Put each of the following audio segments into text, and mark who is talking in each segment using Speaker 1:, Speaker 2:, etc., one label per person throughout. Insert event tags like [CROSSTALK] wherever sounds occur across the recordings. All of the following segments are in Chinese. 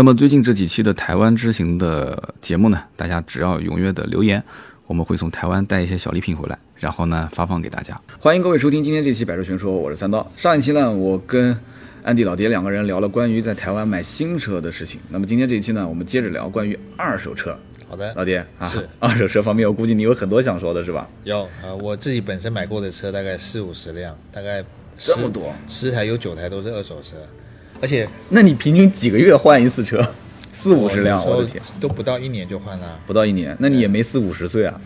Speaker 1: 那么最近这几期的台湾之行的节目呢，大家只要踊跃的留言，我们会从台湾带一些小礼品回来，然后呢发放给大家。
Speaker 2: 欢迎各位收听今天这期《百车全说》，我是三刀。上一期呢，我跟安迪老爹两个人聊了关于在台湾买新车的事情。那么今天这一期呢，我们接着聊关于二手车。
Speaker 3: 好的，
Speaker 2: 老爹啊
Speaker 3: 是，
Speaker 2: 二手车方面，我估计你有很多想说的是吧？
Speaker 3: 有啊、呃我自己本身买过的车大概四五十辆，大概
Speaker 2: 这
Speaker 3: 10
Speaker 2: 么多
Speaker 3: 十台有九台都是二手车，而且
Speaker 2: 那你平均几个月换一次车？四五
Speaker 3: 我
Speaker 2: 十辆，
Speaker 3: 有时
Speaker 2: 我
Speaker 3: 候
Speaker 2: 的天，
Speaker 3: 都不到一年就换了。
Speaker 2: 不到一年，那你也没四五十岁啊，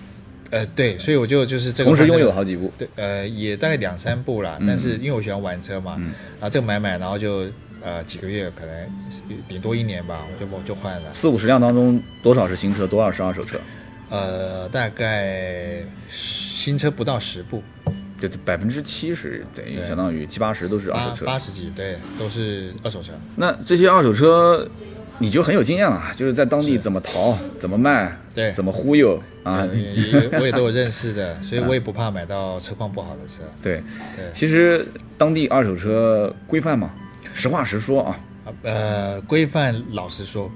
Speaker 3: 呃，对，所以我就就是这个
Speaker 2: 同时
Speaker 3: 换这
Speaker 2: 拥
Speaker 3: 个
Speaker 2: 有好几嗯部。
Speaker 3: 对，呃，也大概两三部啦。但是因为我喜欢玩车嘛，
Speaker 2: 嗯
Speaker 3: 然后这个买买，然后就呃几个月，可能顶多一年吧，我就我就换了。
Speaker 2: 四五十辆当中，多少是新车，多少是二手车？
Speaker 3: 呃，大概新车不到十部，
Speaker 2: 就百分之七十等于
Speaker 3: 对
Speaker 2: 相当于七八十都是二
Speaker 3: 八
Speaker 2: 手车。
Speaker 3: 八十几，对，都是二手车。
Speaker 2: 那这些二手车，你就很有经验了，啊就是在当地怎么逃、怎么卖、
Speaker 3: 对
Speaker 2: 怎么忽悠啊
Speaker 3: 呃，也也我也都有认
Speaker 2: [LAUGHS]
Speaker 3: 识的，所以我也不怕买到车况不好的车。
Speaker 2: 对。
Speaker 3: 对
Speaker 2: 其实当地二手车规范嘛，实话实说啊，
Speaker 3: 啊呃，规范老实说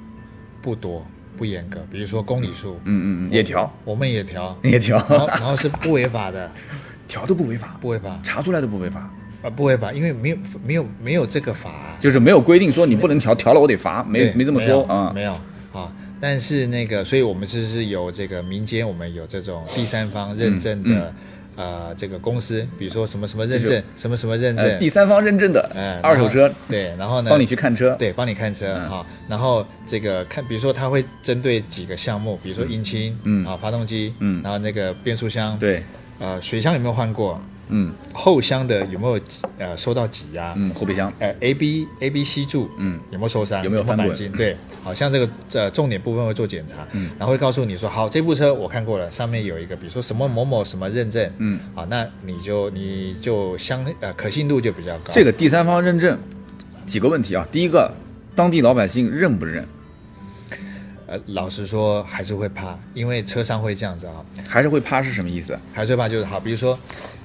Speaker 3: 不多，不严格。比如说公里数，
Speaker 2: 嗯嗯嗯，也调
Speaker 3: 我们也调，
Speaker 2: 也调， [LAUGHS]
Speaker 3: 然后然后是不违法的，
Speaker 2: 调都不违法，
Speaker 3: 不违法
Speaker 2: 查出来都不违法，
Speaker 3: 啊，不违法，因为没有没有没有这个法、啊
Speaker 2: 就是没有规定说你不能调，调了我得罚，没
Speaker 3: 对
Speaker 2: 没这么
Speaker 3: 有
Speaker 2: 说啊。
Speaker 3: 没有啊。但是那个，所以我们就是有这个民间，我们有这种第三方认证
Speaker 2: 嗯
Speaker 3: 的，呃，这个公司，比如说什么什么认证，什么什么认
Speaker 2: 呃，
Speaker 3: 证，
Speaker 2: 第三方认证的
Speaker 3: 嗯，
Speaker 2: 二手
Speaker 3: 然
Speaker 2: 车
Speaker 3: 后，对，然后呢，
Speaker 2: 帮你去看车，嗯
Speaker 3: 对，帮你看车哈、然后这个看，比如说他会针对几个项目，比如说引擎，
Speaker 2: 嗯
Speaker 3: 啊，发动机，
Speaker 2: 嗯
Speaker 3: 然后那个变速箱，，
Speaker 2: 对，
Speaker 3: 呃，水箱有没有换过？
Speaker 2: 嗯
Speaker 3: 后箱的有没有呃受到挤压？
Speaker 2: 嗯，后备箱
Speaker 3: 呃，A B A B C 柱，
Speaker 2: 嗯
Speaker 3: 有没有受伤？
Speaker 2: 有没有嗯翻滚
Speaker 3: 钣金？对，好像这个呃重点部分会做检查，嗯，然后会告诉你说，好，这部车我看过了，上面有一个，比如说什么某某什么认证，
Speaker 2: 嗯，
Speaker 3: 好，那你就你就相呃可信度就比较高。
Speaker 2: 这个第三方认证几个问题啊，第一个，当地老百姓认不认？
Speaker 3: 呃，老实说还是会怕，因为车上会这样子啊、
Speaker 2: 还是会怕是什么意思？啊
Speaker 3: 还是会怕就是好，比如说，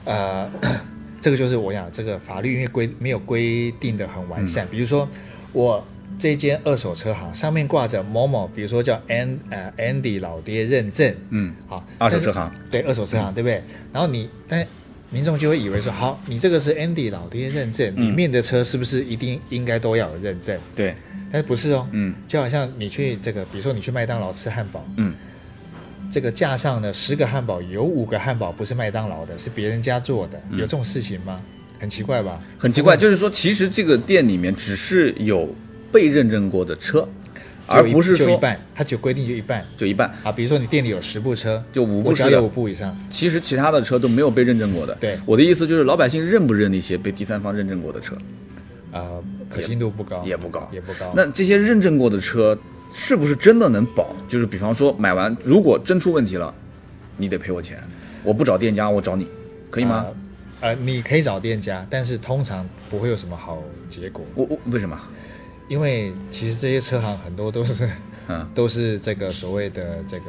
Speaker 3: 呃， [COUGHS] 这个就是我想这个法律因为规没有规定的很完
Speaker 2: 嗯
Speaker 3: 善，比如说我这间二手车行上面挂着某某，比如说叫 An 呃 Andy 老爹认证，
Speaker 2: 嗯，
Speaker 3: 好，
Speaker 2: 二手
Speaker 3: 但是
Speaker 2: 车行嗯
Speaker 3: 对二手车行、对不对？然后你但。民众就会以为说，好，你这个是 Andy 老爹认证，
Speaker 2: 嗯
Speaker 3: 里面的车是不是一定应该都要有认证？
Speaker 2: 对，
Speaker 3: 但是不是哦？
Speaker 2: 嗯，
Speaker 3: 就好像你去这个，比如说你去麦当劳吃汉堡，
Speaker 2: 嗯，
Speaker 3: 这个架上呢十个汉堡有五个汉堡不是麦当劳的，是别人家做的，有这种事情吗？很奇怪吧？
Speaker 2: 嗯很奇怪，就是说，其实这个店里面只是有被认证过的车，而
Speaker 3: 就一
Speaker 2: 不是
Speaker 3: 就一
Speaker 2: 说
Speaker 3: 半，它只有规定就一半
Speaker 2: 就一半，
Speaker 3: 啊。比如说你店里有十部车，
Speaker 2: 就五部
Speaker 3: 我只要
Speaker 2: 是的
Speaker 3: 有五部以上，
Speaker 2: 其实其他的车都没有被认证过的。
Speaker 3: 对
Speaker 2: 我的意思就是，老百姓认不认那些被第三方认证过的车
Speaker 3: 呃，可信度不高，
Speaker 2: 也不高，
Speaker 3: 也不高。啊
Speaker 2: 那这些认证过的车是不是真的能保？就是比方说，买完如果真出问题了，你得赔我钱，我不找店家，我找你，可以吗？
Speaker 3: 呃？呃，你可以找店家，但是通常不会有什么好结果，
Speaker 2: 我我为什么？
Speaker 3: 因为其实这些车行很多都是，
Speaker 2: 嗯
Speaker 3: 都是这个所谓的这个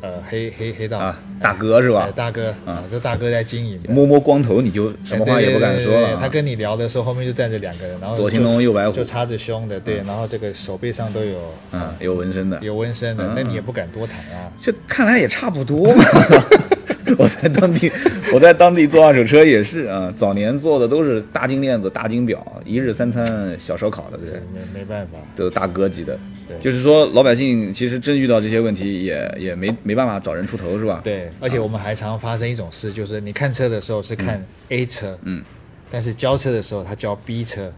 Speaker 3: 呃黑黑黑道
Speaker 2: 啊，大哥是吧
Speaker 3: 哎？大哥啊，这大哥在经营的。
Speaker 2: 摸摸光头你就什么话也不敢说了
Speaker 3: 哎对对对对
Speaker 2: 啊。
Speaker 3: 他跟你聊的时候，后面就站着两个人，然后
Speaker 2: 左青
Speaker 3: 就
Speaker 2: 龙右白虎
Speaker 3: 就插着胸的，对，然后这个手背上都有
Speaker 2: 嗯，有纹身的，
Speaker 3: 有纹身的，那你也不敢多谈啊。
Speaker 2: 这看来也差不多嘛。 [LAUGHS] 我在当地，我在当地做二手车也是啊，早年做的都是大金链子、大金表，一日三餐小烧烤的，对，
Speaker 3: 对，没没办法，
Speaker 2: 都是大哥级的。
Speaker 3: 对
Speaker 2: 就是说老百姓其实真遇到这些问题也也没没办法找人出头，是吧？，
Speaker 3: 对，而且我们还常发生一种事，就是你看车的时候是看 A 车，
Speaker 2: 嗯，
Speaker 3: 但是交车的时候他交 B 车，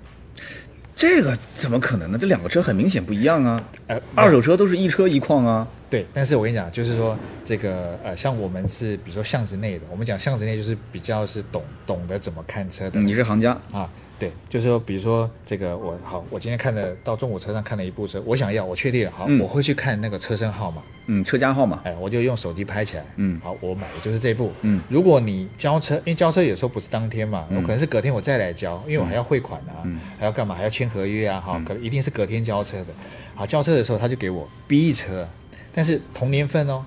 Speaker 2: 这个怎么可能呢？这两个车很明显不一样啊，
Speaker 3: 呃，
Speaker 2: 二手车都是一车一况啊。
Speaker 3: 对，但是我跟你讲，就是说这个呃，像我们是比如说巷子内的，我们讲巷子内就是比较是懂懂得怎么看车的，
Speaker 2: 嗯你是行家，
Speaker 3: 啊，对，就是说，比如说这个我好，我今天看了到中午车上看了一部车，我想要，我确定了，好，
Speaker 2: 嗯
Speaker 3: 我会去看那个车身号码，
Speaker 2: 嗯，车架号码，
Speaker 3: 哎，我就用手机拍起来，
Speaker 2: 嗯
Speaker 3: 好，我买的就是这部，
Speaker 2: 嗯
Speaker 3: 如果你交车，因为交车有时候不是当天嘛，我可能是隔天我再来交，因为我还要汇款啊，
Speaker 2: 嗯
Speaker 3: 还要干嘛，还要签合约啊，哈，可能一定是隔天交车的，好，交车的时候他就给我 B 车，但是同年份哦，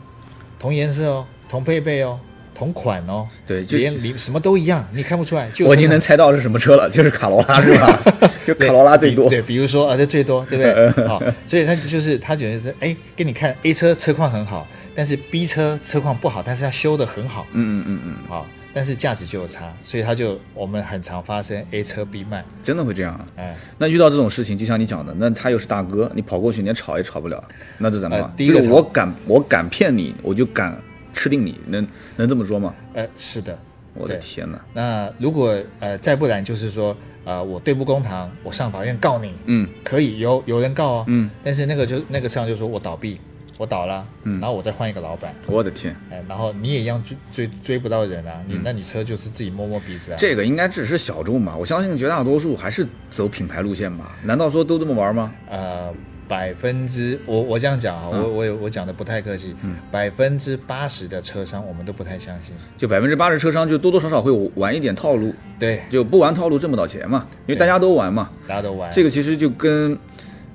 Speaker 3: 同颜色哦，同配备哦，同款哦，
Speaker 2: 对就
Speaker 3: 连里什么都一样，你看不出来。就
Speaker 2: 我已
Speaker 3: 生
Speaker 2: 经能
Speaker 3: 产
Speaker 2: 猜到是什么车了，就是卡罗拉是 [LAUGHS] 吧？就卡罗拉最多。嗯
Speaker 3: 对，比如说啊，这最多，对不对？好，所以他就是他觉得是，哎，给你看 A 车车况很好，但是 B 车车况不好，但是它修的很好，
Speaker 2: 嗯嗯嗯嗯，
Speaker 3: 好，但是价值就有差，所以他就我们很常发生 A 车 B 卖，
Speaker 2: 真的会这样啊？
Speaker 3: 哎，
Speaker 2: 那遇到这种事情，就像你讲的，那他又是大哥，你跑过去连吵也吵不了，那这怎么办？
Speaker 3: 呃第一个
Speaker 2: 就是
Speaker 3: 吵
Speaker 2: 我敢，我敢骗你，我就敢吃定你，能能这么说吗？
Speaker 3: 呃，是的，
Speaker 2: 我的
Speaker 3: 对
Speaker 2: 天哪！
Speaker 3: 那如果呃再不然就是说，呃，我对簿公堂，我上法院告你，
Speaker 2: 嗯，
Speaker 3: 可以有有人告哦，
Speaker 2: 嗯，
Speaker 3: 但是那个就那个上就说我倒闭，我倒了，嗯，然后我再换一个老板，
Speaker 2: 我的天，
Speaker 3: 哎，然后你也一样追追追不到人啊，你、那你车就是自己摸摸鼻子啊，
Speaker 2: 嗯这个应该只是小众吧？我相信绝大多数还是走品牌路线吧？难道说都这么玩吗？
Speaker 3: 呃百分之我我这样讲啊，
Speaker 2: 嗯
Speaker 3: 我我有我讲的不太客气，百分之八十的车商我们都不太相信，
Speaker 2: 就百分之八十车商就多多少少会玩一点套路，
Speaker 3: 对，
Speaker 2: 就不玩套路挣不到钱嘛，因为大家都玩嘛。
Speaker 3: 大家都玩
Speaker 2: 这个其实就跟，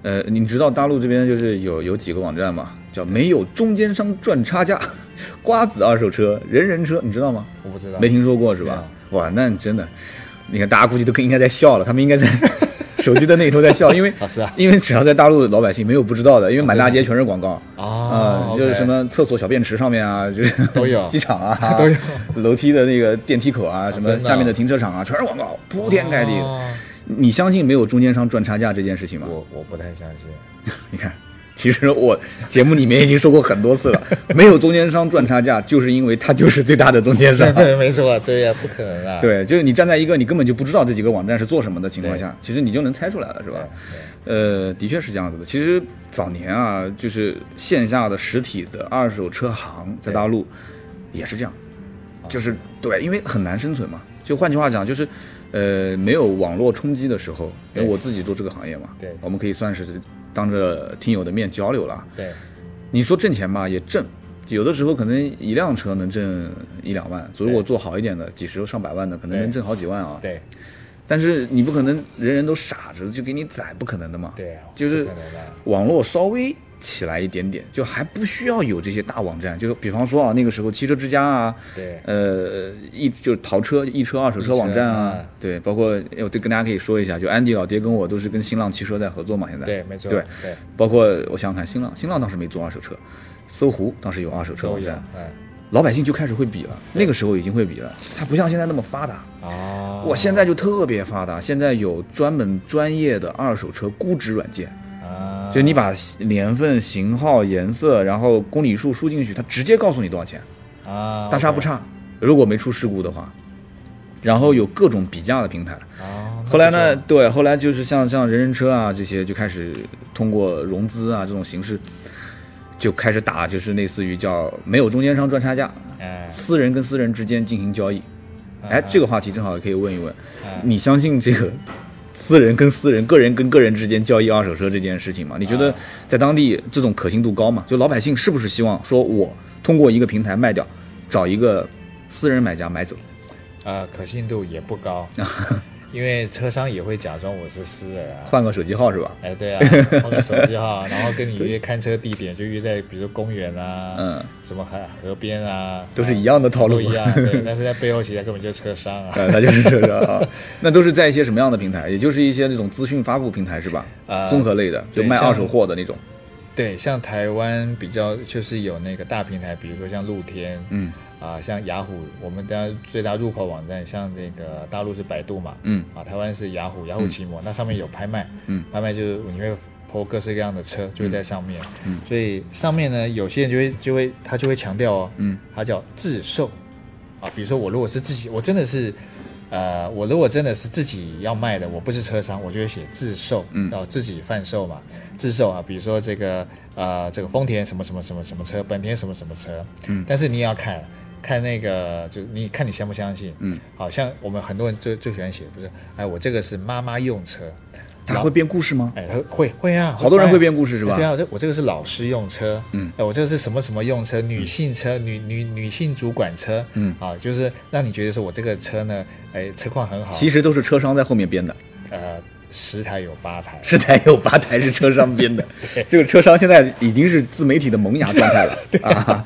Speaker 2: 呃，你知道大陆这边就是有有几个网站嘛，叫没有中间商赚差价， [LAUGHS] 瓜子二手车、人人车，你知道吗？
Speaker 3: 我不知道啊
Speaker 2: 没听说过是吧？哇，那真的，你看大家估计都更应该在笑了，他们应该在
Speaker 3: [LAUGHS]
Speaker 2: 手机的那一头在笑，因为
Speaker 3: 啊是啊
Speaker 2: 因为只要在大陆老百姓没有不知道的，因为满大街全是广告。
Speaker 3: 啊、
Speaker 2: 就是
Speaker 3: OK
Speaker 2: 什么厕所小便池上面啊， [LAUGHS] 就是
Speaker 3: 都有
Speaker 2: 机场啊，
Speaker 3: [LAUGHS] 都有
Speaker 2: [LAUGHS] 楼梯的那个电梯口啊，什么
Speaker 3: 真的啊
Speaker 2: 下面的停车场啊，全是广告，铺天盖地的。
Speaker 3: 哦
Speaker 2: 你相信没有中间商赚差价这件事情吗？
Speaker 3: 我我不太相信。
Speaker 2: 你看，其实我节目里面已经说过很多次了， [LAUGHS] 没有中间商赚差价，就是因为他就是最大的中间商。
Speaker 3: [LAUGHS] 对，没错，对呀、不可能啊。
Speaker 2: 对，就是你站在一个你根本就不知道这几个网站是做什么的情况下，其实你就能猜出来了，是吧？呃，的确是这样子的。其实早年啊，就是线下的实体的二手车行在大陆也是这样，
Speaker 3: 哦
Speaker 2: 就是对，因为很难生存嘛。就换句话讲，就是呃，没有网络冲击的时候，因为我自己做这个行业嘛，
Speaker 3: 对
Speaker 2: 我们可以算是当着听友的面交流了。
Speaker 3: 对
Speaker 2: 你说挣钱吧，也挣。有的时候可能一辆车能挣一两万，如果
Speaker 3: 对
Speaker 2: 做好一点的，几十上百万的，可能
Speaker 3: 对
Speaker 2: 能挣好几万啊。
Speaker 3: 对
Speaker 2: 但是你不可能人人都傻子就给你宰，不可能的嘛。
Speaker 3: 对啊，
Speaker 2: 就是
Speaker 3: 不可能啊。
Speaker 2: 网络稍微起来一点点，就还不需要有这些大网站，就是比方说啊，那个时候汽车之家啊，
Speaker 3: 对
Speaker 2: 呃，一就是淘车、一车、二手车网站啊，
Speaker 3: 一车啊
Speaker 2: 对，包括哎我对跟大家可以说一下，就安迪老爹跟我都是跟新浪汽车在合作嘛，现在
Speaker 3: 对没错
Speaker 2: 对
Speaker 3: 对，
Speaker 2: 包括我想想看，新浪新浪当时没做二手车，搜狐当时有二手车
Speaker 3: 都
Speaker 2: 网
Speaker 3: 有
Speaker 2: 站，
Speaker 3: 嗯
Speaker 2: 老百姓就开始会比了，那个时候已经会比了，它不像现在那么发达，
Speaker 3: 啊，
Speaker 2: 哇，现在就特别发达，现在有专门专业的二手车估值软件，
Speaker 3: 啊，
Speaker 2: 就你把年份、型号、颜色，然后公里数输进去，它直接告诉你多少钱，
Speaker 3: 啊，
Speaker 2: 大差不差。如果没出事故的话，然后有各种比价的平台。
Speaker 3: 啊。
Speaker 2: 后来呢，对，后来就是像像人人车啊这些，就开始通过融资啊这种形式，就开始打，就是类似于叫没有中间商赚差价，
Speaker 3: 哎，
Speaker 2: 私人跟私人之间进行交易。
Speaker 3: 啊
Speaker 2: 哎，这个话题正好也可以问一问，你相信这个私人跟私人、个人跟个人之间交易二手车这件事情
Speaker 3: 啊
Speaker 2: 吗？你觉得在当地这种可信度高吗？就老百姓是不是希望说我通过一个平台卖掉，找一个私人买家买走？
Speaker 3: 呃，可信度也不高，
Speaker 2: [LAUGHS]
Speaker 3: 因为车商也会假装我是私人
Speaker 2: [LAUGHS]
Speaker 3: 啊。
Speaker 2: 换个手机号
Speaker 3: [LAUGHS]
Speaker 2: 是吧？
Speaker 3: 哎，对啊，换个手
Speaker 2: [LAUGHS]
Speaker 3: 机号，然后跟你约看车地点，就约在比如公园啊，
Speaker 2: 嗯，
Speaker 3: 什么海河边啊，
Speaker 2: 都是一样的套路
Speaker 3: 都一
Speaker 2: [LAUGHS]
Speaker 3: 样。对，但是在背后其实根本就是车商啊。
Speaker 2: 呃，那就是这个啊，那都是在一些什么样的平台？也就是一些那种资讯发布平台是吧？
Speaker 3: 呃
Speaker 2: 综合类的，就
Speaker 3: 对
Speaker 2: 卖
Speaker 3: 像
Speaker 2: 二手货的那种。
Speaker 3: 对，像台湾比较就是有那个大平台，比如说像露天，
Speaker 2: 嗯，
Speaker 3: 啊、像雅虎，我们家最大入口网站，像这个大陆是百度嘛，
Speaker 2: 嗯，
Speaker 3: 啊，台湾是雅虎，雅虎奇摩，那上面有拍卖，
Speaker 2: 嗯，
Speaker 3: 拍卖就是你会。抛各式各样的车就会在上面，嗯，所以上面呢，有些人就会就会他就会强调哦，
Speaker 2: 嗯，
Speaker 3: 他叫自售，啊，比如说我如果是自己，我真的是，呃，我如果真的是自己要卖的，我不是车商，我就会写自售，
Speaker 2: 嗯
Speaker 3: 然后自己贩售嘛，自售啊，比如说这个呃这个丰田什么什么什么什么车，本田什么什么车，嗯，但是你也要看看那个，就是你看你相不相信，
Speaker 2: 嗯，
Speaker 3: 好像我们很多人最最喜欢写不是，哎，我这个是妈妈用车，
Speaker 2: 它会编故事吗？
Speaker 3: 哎，他会会啊，
Speaker 2: 好多人
Speaker 3: 掰
Speaker 2: 会编故事是吧
Speaker 3: 对啊，我这我这个是老师用车，嗯，哎，我这个是什么什么用车，女性车，女女女性主管车，
Speaker 2: 嗯
Speaker 3: 啊，就是让你觉得说我这个车呢，哎，车况很好，
Speaker 2: 其实都是车商在后面编的。
Speaker 3: 呃，十台有八台，
Speaker 2: 十台有八台是车商编的，这个车商现在已经是自媒体的萌芽状态了
Speaker 3: [LAUGHS]
Speaker 2: 啊，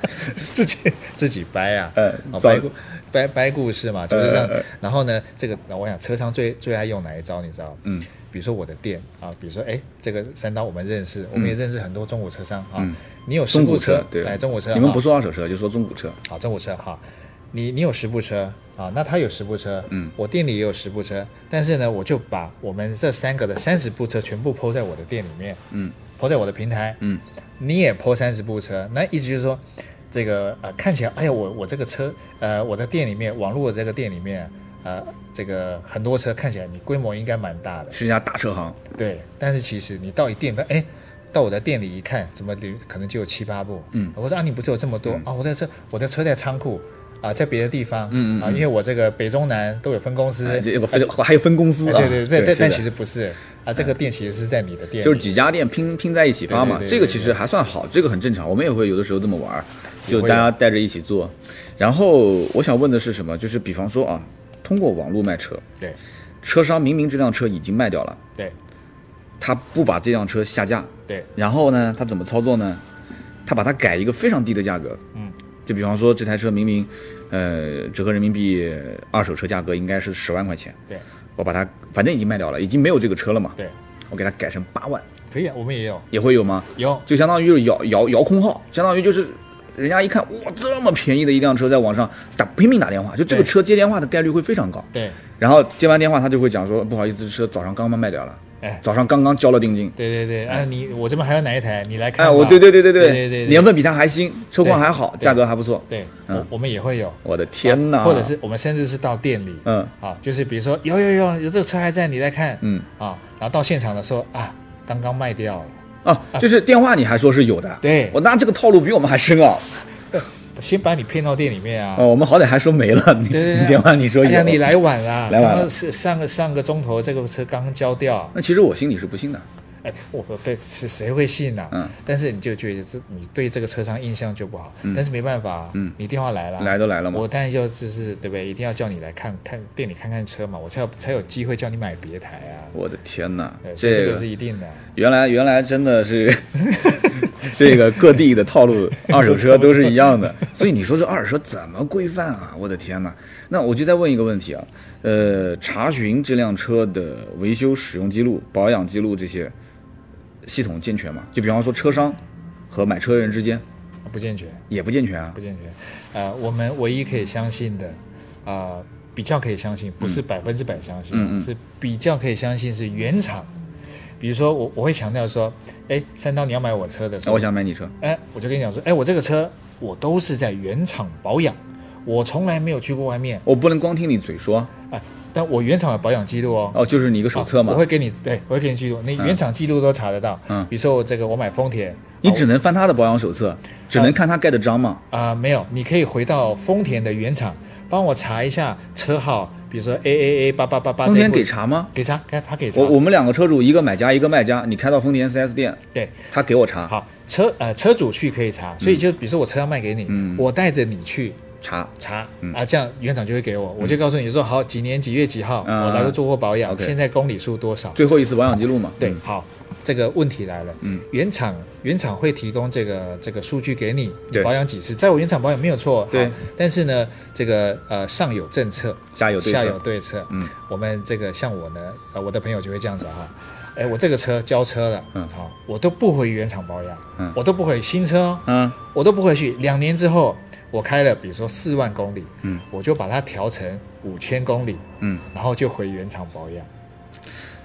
Speaker 3: 自己自己掰啊，
Speaker 2: 呃早
Speaker 3: 哦掰故掰掰故事嘛，就是让。
Speaker 2: 呃呃
Speaker 3: 然后呢，这个那我想车商最最爱用哪一招，你知道？
Speaker 2: 嗯，
Speaker 3: 比如说我的店啊，比如说哎，这个三刀我们认识，我们也认识很多中古车商啊。
Speaker 2: 嗯
Speaker 3: 你有
Speaker 2: 中
Speaker 3: 十
Speaker 2: 古
Speaker 3: 部
Speaker 2: 车对，
Speaker 3: 哎，中古车，
Speaker 2: 你们
Speaker 3: 啊
Speaker 2: 不说二手车，就说中古车，
Speaker 3: 好，啊中古车哈，你你有十部车啊，那他有十部车，
Speaker 2: 嗯
Speaker 3: 我店里也有十部车，但是呢，我就把我们这三个的三十部车全部抛在我的店里面，
Speaker 2: 嗯，
Speaker 3: 抛在我的平台，
Speaker 2: 嗯，
Speaker 3: 你也抛三十部车，那意思就是说，这个呃看起来，哎呀，我我这个车，呃，我的店里面，网络的这个店里面，呃，这个很多车看起来你规模应该蛮大的，
Speaker 2: 是一家大车行，
Speaker 3: 对，但是其实你到一店的，哎，到我的店里一看，怎么里可能就有七八部？
Speaker 2: 嗯
Speaker 3: 我说啊，你不是有这么多、啊？我的车，我的车在仓库啊，在别的地方，
Speaker 2: 嗯嗯
Speaker 3: 啊，因为我这个北中南都有分公司，
Speaker 2: 哎这有个分还有分公司
Speaker 3: 哎
Speaker 2: 啊，
Speaker 3: 对对对，但
Speaker 2: 是
Speaker 3: 但
Speaker 2: 的嗯
Speaker 3: 其实不是啊，这个店其实是在你的店里，
Speaker 2: 就是几家店拼拼在一起发嘛，
Speaker 3: 对对对
Speaker 2: 这个其实还算好，这个很正常，我们也会有的时候这么玩儿，
Speaker 3: 也
Speaker 2: 就
Speaker 3: 会
Speaker 2: 大家带着一起做。然后我想问的是什么？就是比方说啊，通过网络卖车，
Speaker 3: 对
Speaker 2: 车商明明这辆车已经卖掉了，
Speaker 3: 对
Speaker 2: 他不把这辆车下架，
Speaker 3: 对，
Speaker 2: 然后呢，他怎么操作呢？他把它改一个非常低的价格，
Speaker 3: 嗯，
Speaker 2: 就比方说这台车明明，呃，折合人民币二手车价格应该是十万块钱，
Speaker 3: 对
Speaker 2: 我把它反正已经卖掉了，已经没有这个车了嘛，
Speaker 3: 对，
Speaker 2: 我给它改成八万，
Speaker 3: 可以啊，我们也有
Speaker 2: 也会有吗？
Speaker 3: 有，
Speaker 2: 就相当于就是遥遥遥控号，相当于就是人家一看哇这么便宜的一辆车，在网上打拼命打电话，就这个
Speaker 3: 对
Speaker 2: 车接电话的概率会非常高。
Speaker 3: 对
Speaker 2: 然后接完电话，他就会讲说不好意思，这车早上刚刚卖掉了，
Speaker 3: 哎
Speaker 2: 早上刚刚交了定金。
Speaker 3: 对对对，啊，你我这边还有哪一台？你来看
Speaker 2: 哎，
Speaker 3: 吧，
Speaker 2: 我对对对对
Speaker 3: 对对对，
Speaker 2: 年份比它还新，车况
Speaker 3: 对
Speaker 2: 还好，
Speaker 3: 对
Speaker 2: 价格还不错。
Speaker 3: 对，
Speaker 2: 嗯
Speaker 3: 我我们也会有。
Speaker 2: 我的天哪！
Speaker 3: 或者是我们甚至是到店里，
Speaker 2: 嗯
Speaker 3: 啊，就是比如说有有有有这个车还在，你来看，
Speaker 2: 嗯
Speaker 3: 啊，然后到现场的时候啊，刚刚卖掉了，
Speaker 2: 啊，就是电话你还说是有的，
Speaker 3: 对
Speaker 2: 我那这个套路比我们还深奥。
Speaker 3: 先把你骗到店里面啊，
Speaker 2: 哦，我们好歹还说没了，你
Speaker 3: 对对对，
Speaker 2: 你 [LAUGHS] 电话你说
Speaker 3: 哎呀
Speaker 2: 有，
Speaker 3: 你来晚了，
Speaker 2: 来晚了
Speaker 3: 刚刚是上个上个钟头这个车刚交掉，
Speaker 2: 那其实我心里是不信的。
Speaker 3: 哎，我对是谁会信呐、
Speaker 2: 嗯
Speaker 3: 但是你就觉得这你对这个车商印象就不好，但是没办法，
Speaker 2: 嗯
Speaker 3: 你电话来了，
Speaker 2: 来都来了嘛
Speaker 3: 我当然要就是对不对，一定要叫你来看看店里看看车嘛，我才有才有机会叫你买别台啊，
Speaker 2: 我的天哪
Speaker 3: 对，，所以
Speaker 2: 这
Speaker 3: 这
Speaker 2: 个
Speaker 3: 个是一定的。
Speaker 2: 原来原来真的是 [LAUGHS] 这个各地的套
Speaker 3: [LAUGHS]
Speaker 2: 路，二手车都是一样的。所以你说这二手车怎么规范啊？我的天哪！那我就再问一个问题啊，呃，查询这辆车的维修使用记录、保养记录这些系统健全吗？就比方说车商和买车人之间
Speaker 3: 不健全，
Speaker 2: 也不健全啊
Speaker 3: 不。健全。呃，我们唯一可以相信的，啊、比较可以相信，不是百分之百相信，
Speaker 2: 嗯嗯嗯
Speaker 3: 是比较可以相信是原厂。比如说我我会强调说，哎，三刀你要买我车的时
Speaker 2: 那
Speaker 3: 候，
Speaker 2: 啊我想买你车，
Speaker 3: 哎，我就跟你讲说，哎，我这个车我都是在原厂保养，我从来没有去过外面，
Speaker 2: 我不能光听你嘴说
Speaker 3: 哎，但我原厂有保养记录哦。
Speaker 2: 哦，就是你一个手册嘛
Speaker 3: 我，会给你，对，我会给你记录，你原厂记录都查得到。
Speaker 2: 嗯
Speaker 3: 比如说我这个我买丰田，
Speaker 2: 你
Speaker 3: 啊
Speaker 2: 只能翻他的保养手册，只能看他盖的章嘛。
Speaker 3: 啊、没有，你可以回到丰田的原厂，帮我查一下车号，比如说 A A A 八八八八。
Speaker 2: 丰田给查吗？
Speaker 3: 给查，给他给查。
Speaker 2: 我我们两个车主，一个买家，一个卖家。你开到丰田 4S 店，
Speaker 3: 对，
Speaker 2: 他给我查，
Speaker 3: 好，车呃车主去可以查，所以就比如说我车要卖给你，
Speaker 2: 嗯
Speaker 3: 我带着你去
Speaker 2: 查
Speaker 3: 查、啊，这样原厂就会给我，我就告诉你说好几年几月几号、
Speaker 2: 嗯
Speaker 3: 我来个做过保养，
Speaker 2: OK
Speaker 3: 现在公里数多少？
Speaker 2: 最后一次保养记录嘛。
Speaker 3: 对
Speaker 2: 嗯，
Speaker 3: 好，这个问题来了，
Speaker 2: 嗯，
Speaker 3: 原厂原厂会提供这个这个数据给你，你
Speaker 2: 对
Speaker 3: 保养几次，在我原厂保养没有错，
Speaker 2: 对
Speaker 3: 好，但是呢，这个呃上有政策，
Speaker 2: 下有对策
Speaker 3: 下有对策，
Speaker 2: 嗯，
Speaker 3: 我们这个像我呢，呃，我的朋友就会这样子哈。哎，我这个车交车了，
Speaker 2: 嗯
Speaker 3: 好，我都不回原厂保养，
Speaker 2: 嗯
Speaker 3: 我都不回新车哦，
Speaker 2: 嗯，
Speaker 3: 我都不回去。两年之后，我开了，比如说四万公里，
Speaker 2: 嗯，
Speaker 3: 我就把它调成五千公里，
Speaker 2: 嗯，
Speaker 3: 然后就回原厂保养。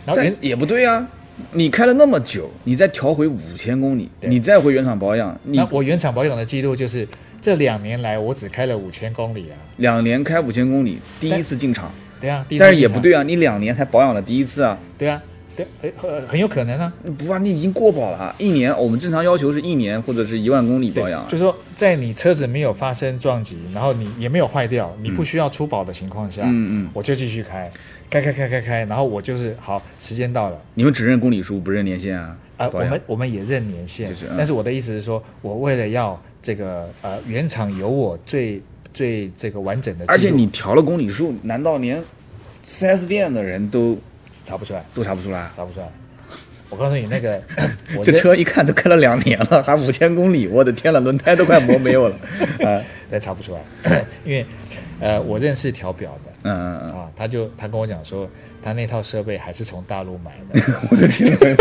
Speaker 3: 然后原
Speaker 2: 但也不对啊。你开了那么久，你再调回五千公里，
Speaker 3: 对
Speaker 2: 你再回原厂保养，你
Speaker 3: 那我原厂保养的记录就是这两年来我只开了五千公里啊，
Speaker 2: 两年开五千公里，第一次进厂，
Speaker 3: 对啊，第一次
Speaker 2: 但是也不对
Speaker 3: 啊，
Speaker 2: 啊，你两年才保养了第一次啊，
Speaker 3: 对啊，对，很很很有可能啊，
Speaker 2: 不啊，你已经过保了啊。一年，我们正常要求是一年或者是一万公里
Speaker 3: 对
Speaker 2: 保养啊，
Speaker 3: 就是说在你车子没有发生撞击，然后你也没有坏掉，你不需要出保的情况下，
Speaker 2: 嗯嗯
Speaker 3: 我就继续开，开开开开开，然后我就是好，时间到了。
Speaker 2: 你们只认公里数，不认年限啊。
Speaker 3: 啊，
Speaker 2: 保
Speaker 3: 我
Speaker 2: 养
Speaker 3: 们我们也认年限，
Speaker 2: 就是嗯
Speaker 3: 但是我的意思是说，我为了要这个呃原厂有我最最这个完整的记录，
Speaker 2: 而且你调了公里数，难道连 4S 店的人都
Speaker 3: 查不出来，
Speaker 2: 都查不出来。
Speaker 3: 查不出来。我告诉你，那
Speaker 2: [LAUGHS]
Speaker 3: 个我
Speaker 2: 这
Speaker 3: 那
Speaker 2: 车一看都开了两年了，还五千公里，我的天了，轮胎都快磨没
Speaker 3: [LAUGHS]
Speaker 2: 有了。啊，
Speaker 3: 那查不出来， [CLEARS THROAT] 因为呃，我认识调表的，
Speaker 2: 嗯嗯嗯，
Speaker 3: 啊，他就他跟我讲说，他那套设备还是从大陆买
Speaker 2: [LAUGHS]
Speaker 3: 的，
Speaker 2: 我的天呐，嗯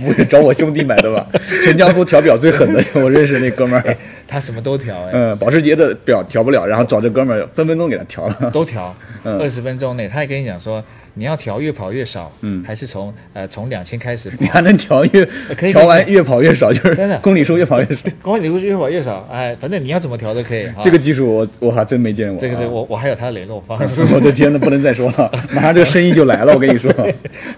Speaker 2: 不是找我兄弟买的吧？全江苏调表最狠的，我认识那哥们儿。
Speaker 3: 他什么都调哎、
Speaker 2: 嗯，保时捷的表调不了，然后找这哥们儿分分钟给他调了。 [LAUGHS]
Speaker 3: 都调，
Speaker 2: 嗯
Speaker 3: 二十分钟内，他还跟你讲说，你要调越跑越少，嗯，还是从呃从两千开始跑 [LAUGHS]
Speaker 2: 你，还能调越
Speaker 3: 呃可以
Speaker 2: 调完越跑越少，就
Speaker 3: 真
Speaker 2: 是
Speaker 3: 的
Speaker 2: 公里数越跑越少。
Speaker 3: 公里数越跑越少，哎，反正你要怎么调都可以哈。
Speaker 2: 嗯这个技术我我还真没见过啊。
Speaker 3: 这个是我我还有他的联
Speaker 2: [LAUGHS]
Speaker 3: 络方式，
Speaker 2: 我的天呐，不能再说了，马上这个生意就来了。我
Speaker 3: [LAUGHS]
Speaker 2: 跟你说，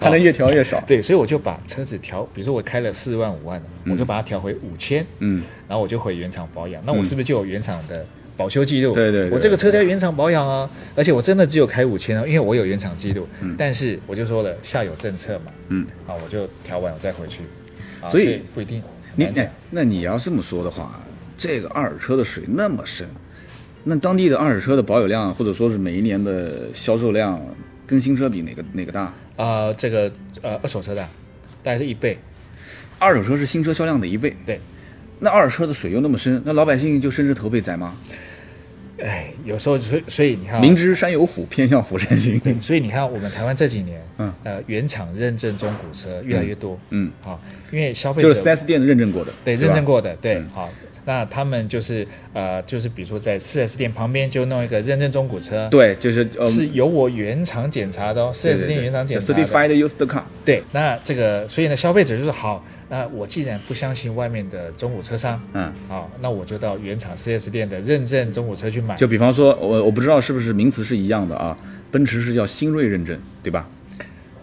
Speaker 2: 还能越调越少。
Speaker 3: 对，所以我就把车子调，比如说我开了四万五万的，我就把它调回五千，
Speaker 2: 嗯，
Speaker 3: 然后我就回原厂保养，那我是不是就有原厂的保修记录？
Speaker 2: 对对对
Speaker 3: 我这个车在原厂保养啊，而且我真的只有开五千啊，因为我有原厂记录，但是我就说了下有政策嘛，
Speaker 2: 嗯，
Speaker 3: 啊，我就调完我再回去，啊、
Speaker 2: 所以
Speaker 3: 不一定，
Speaker 2: 你
Speaker 3: 很难
Speaker 2: 那
Speaker 3: 讲
Speaker 2: 那你要这么说的话，这个二手车的水那么深，那当地的二手车的保有量，或者说是每一年的销售量，跟新车比哪个哪个大？
Speaker 3: 啊、这个呃二手车的大概是一倍，
Speaker 2: 二手车是新车销量的一倍，
Speaker 3: 对，
Speaker 2: 那二手车的水又那么深，那老百姓就深着头被宰吗？
Speaker 3: 哎，有时候所以所以你看啊、
Speaker 2: 明知山有虎，偏向虎山
Speaker 3: [LAUGHS]
Speaker 2: 行。
Speaker 3: 对，所以你看，我们台湾这几年，
Speaker 2: 嗯
Speaker 3: 呃，原厂认证中古车越来越多，
Speaker 2: 嗯嗯
Speaker 3: 好、因为消费
Speaker 2: 就
Speaker 3: 者
Speaker 2: 是 4S 店认证过的，
Speaker 3: 对
Speaker 2: 吧
Speaker 3: 认证过的，对
Speaker 2: 嗯，
Speaker 3: 好、那他们就是呃，就是比如说在 4S 店旁边就弄一个认证中古车，，
Speaker 2: 对，就是呃，
Speaker 3: 是由我原厂检查的哦，4S 店原厂检查的，
Speaker 2: certified used car，
Speaker 3: 对，那这个所以呢，消费者就是好，那我既然不相信外面的中古车商，
Speaker 2: 嗯。
Speaker 3: 好、那我就到原厂 4S 店的认证中古车去买，
Speaker 2: 就比方说，我我不知道是不是名词是一样的啊，奔驰是叫新锐认证，对吧？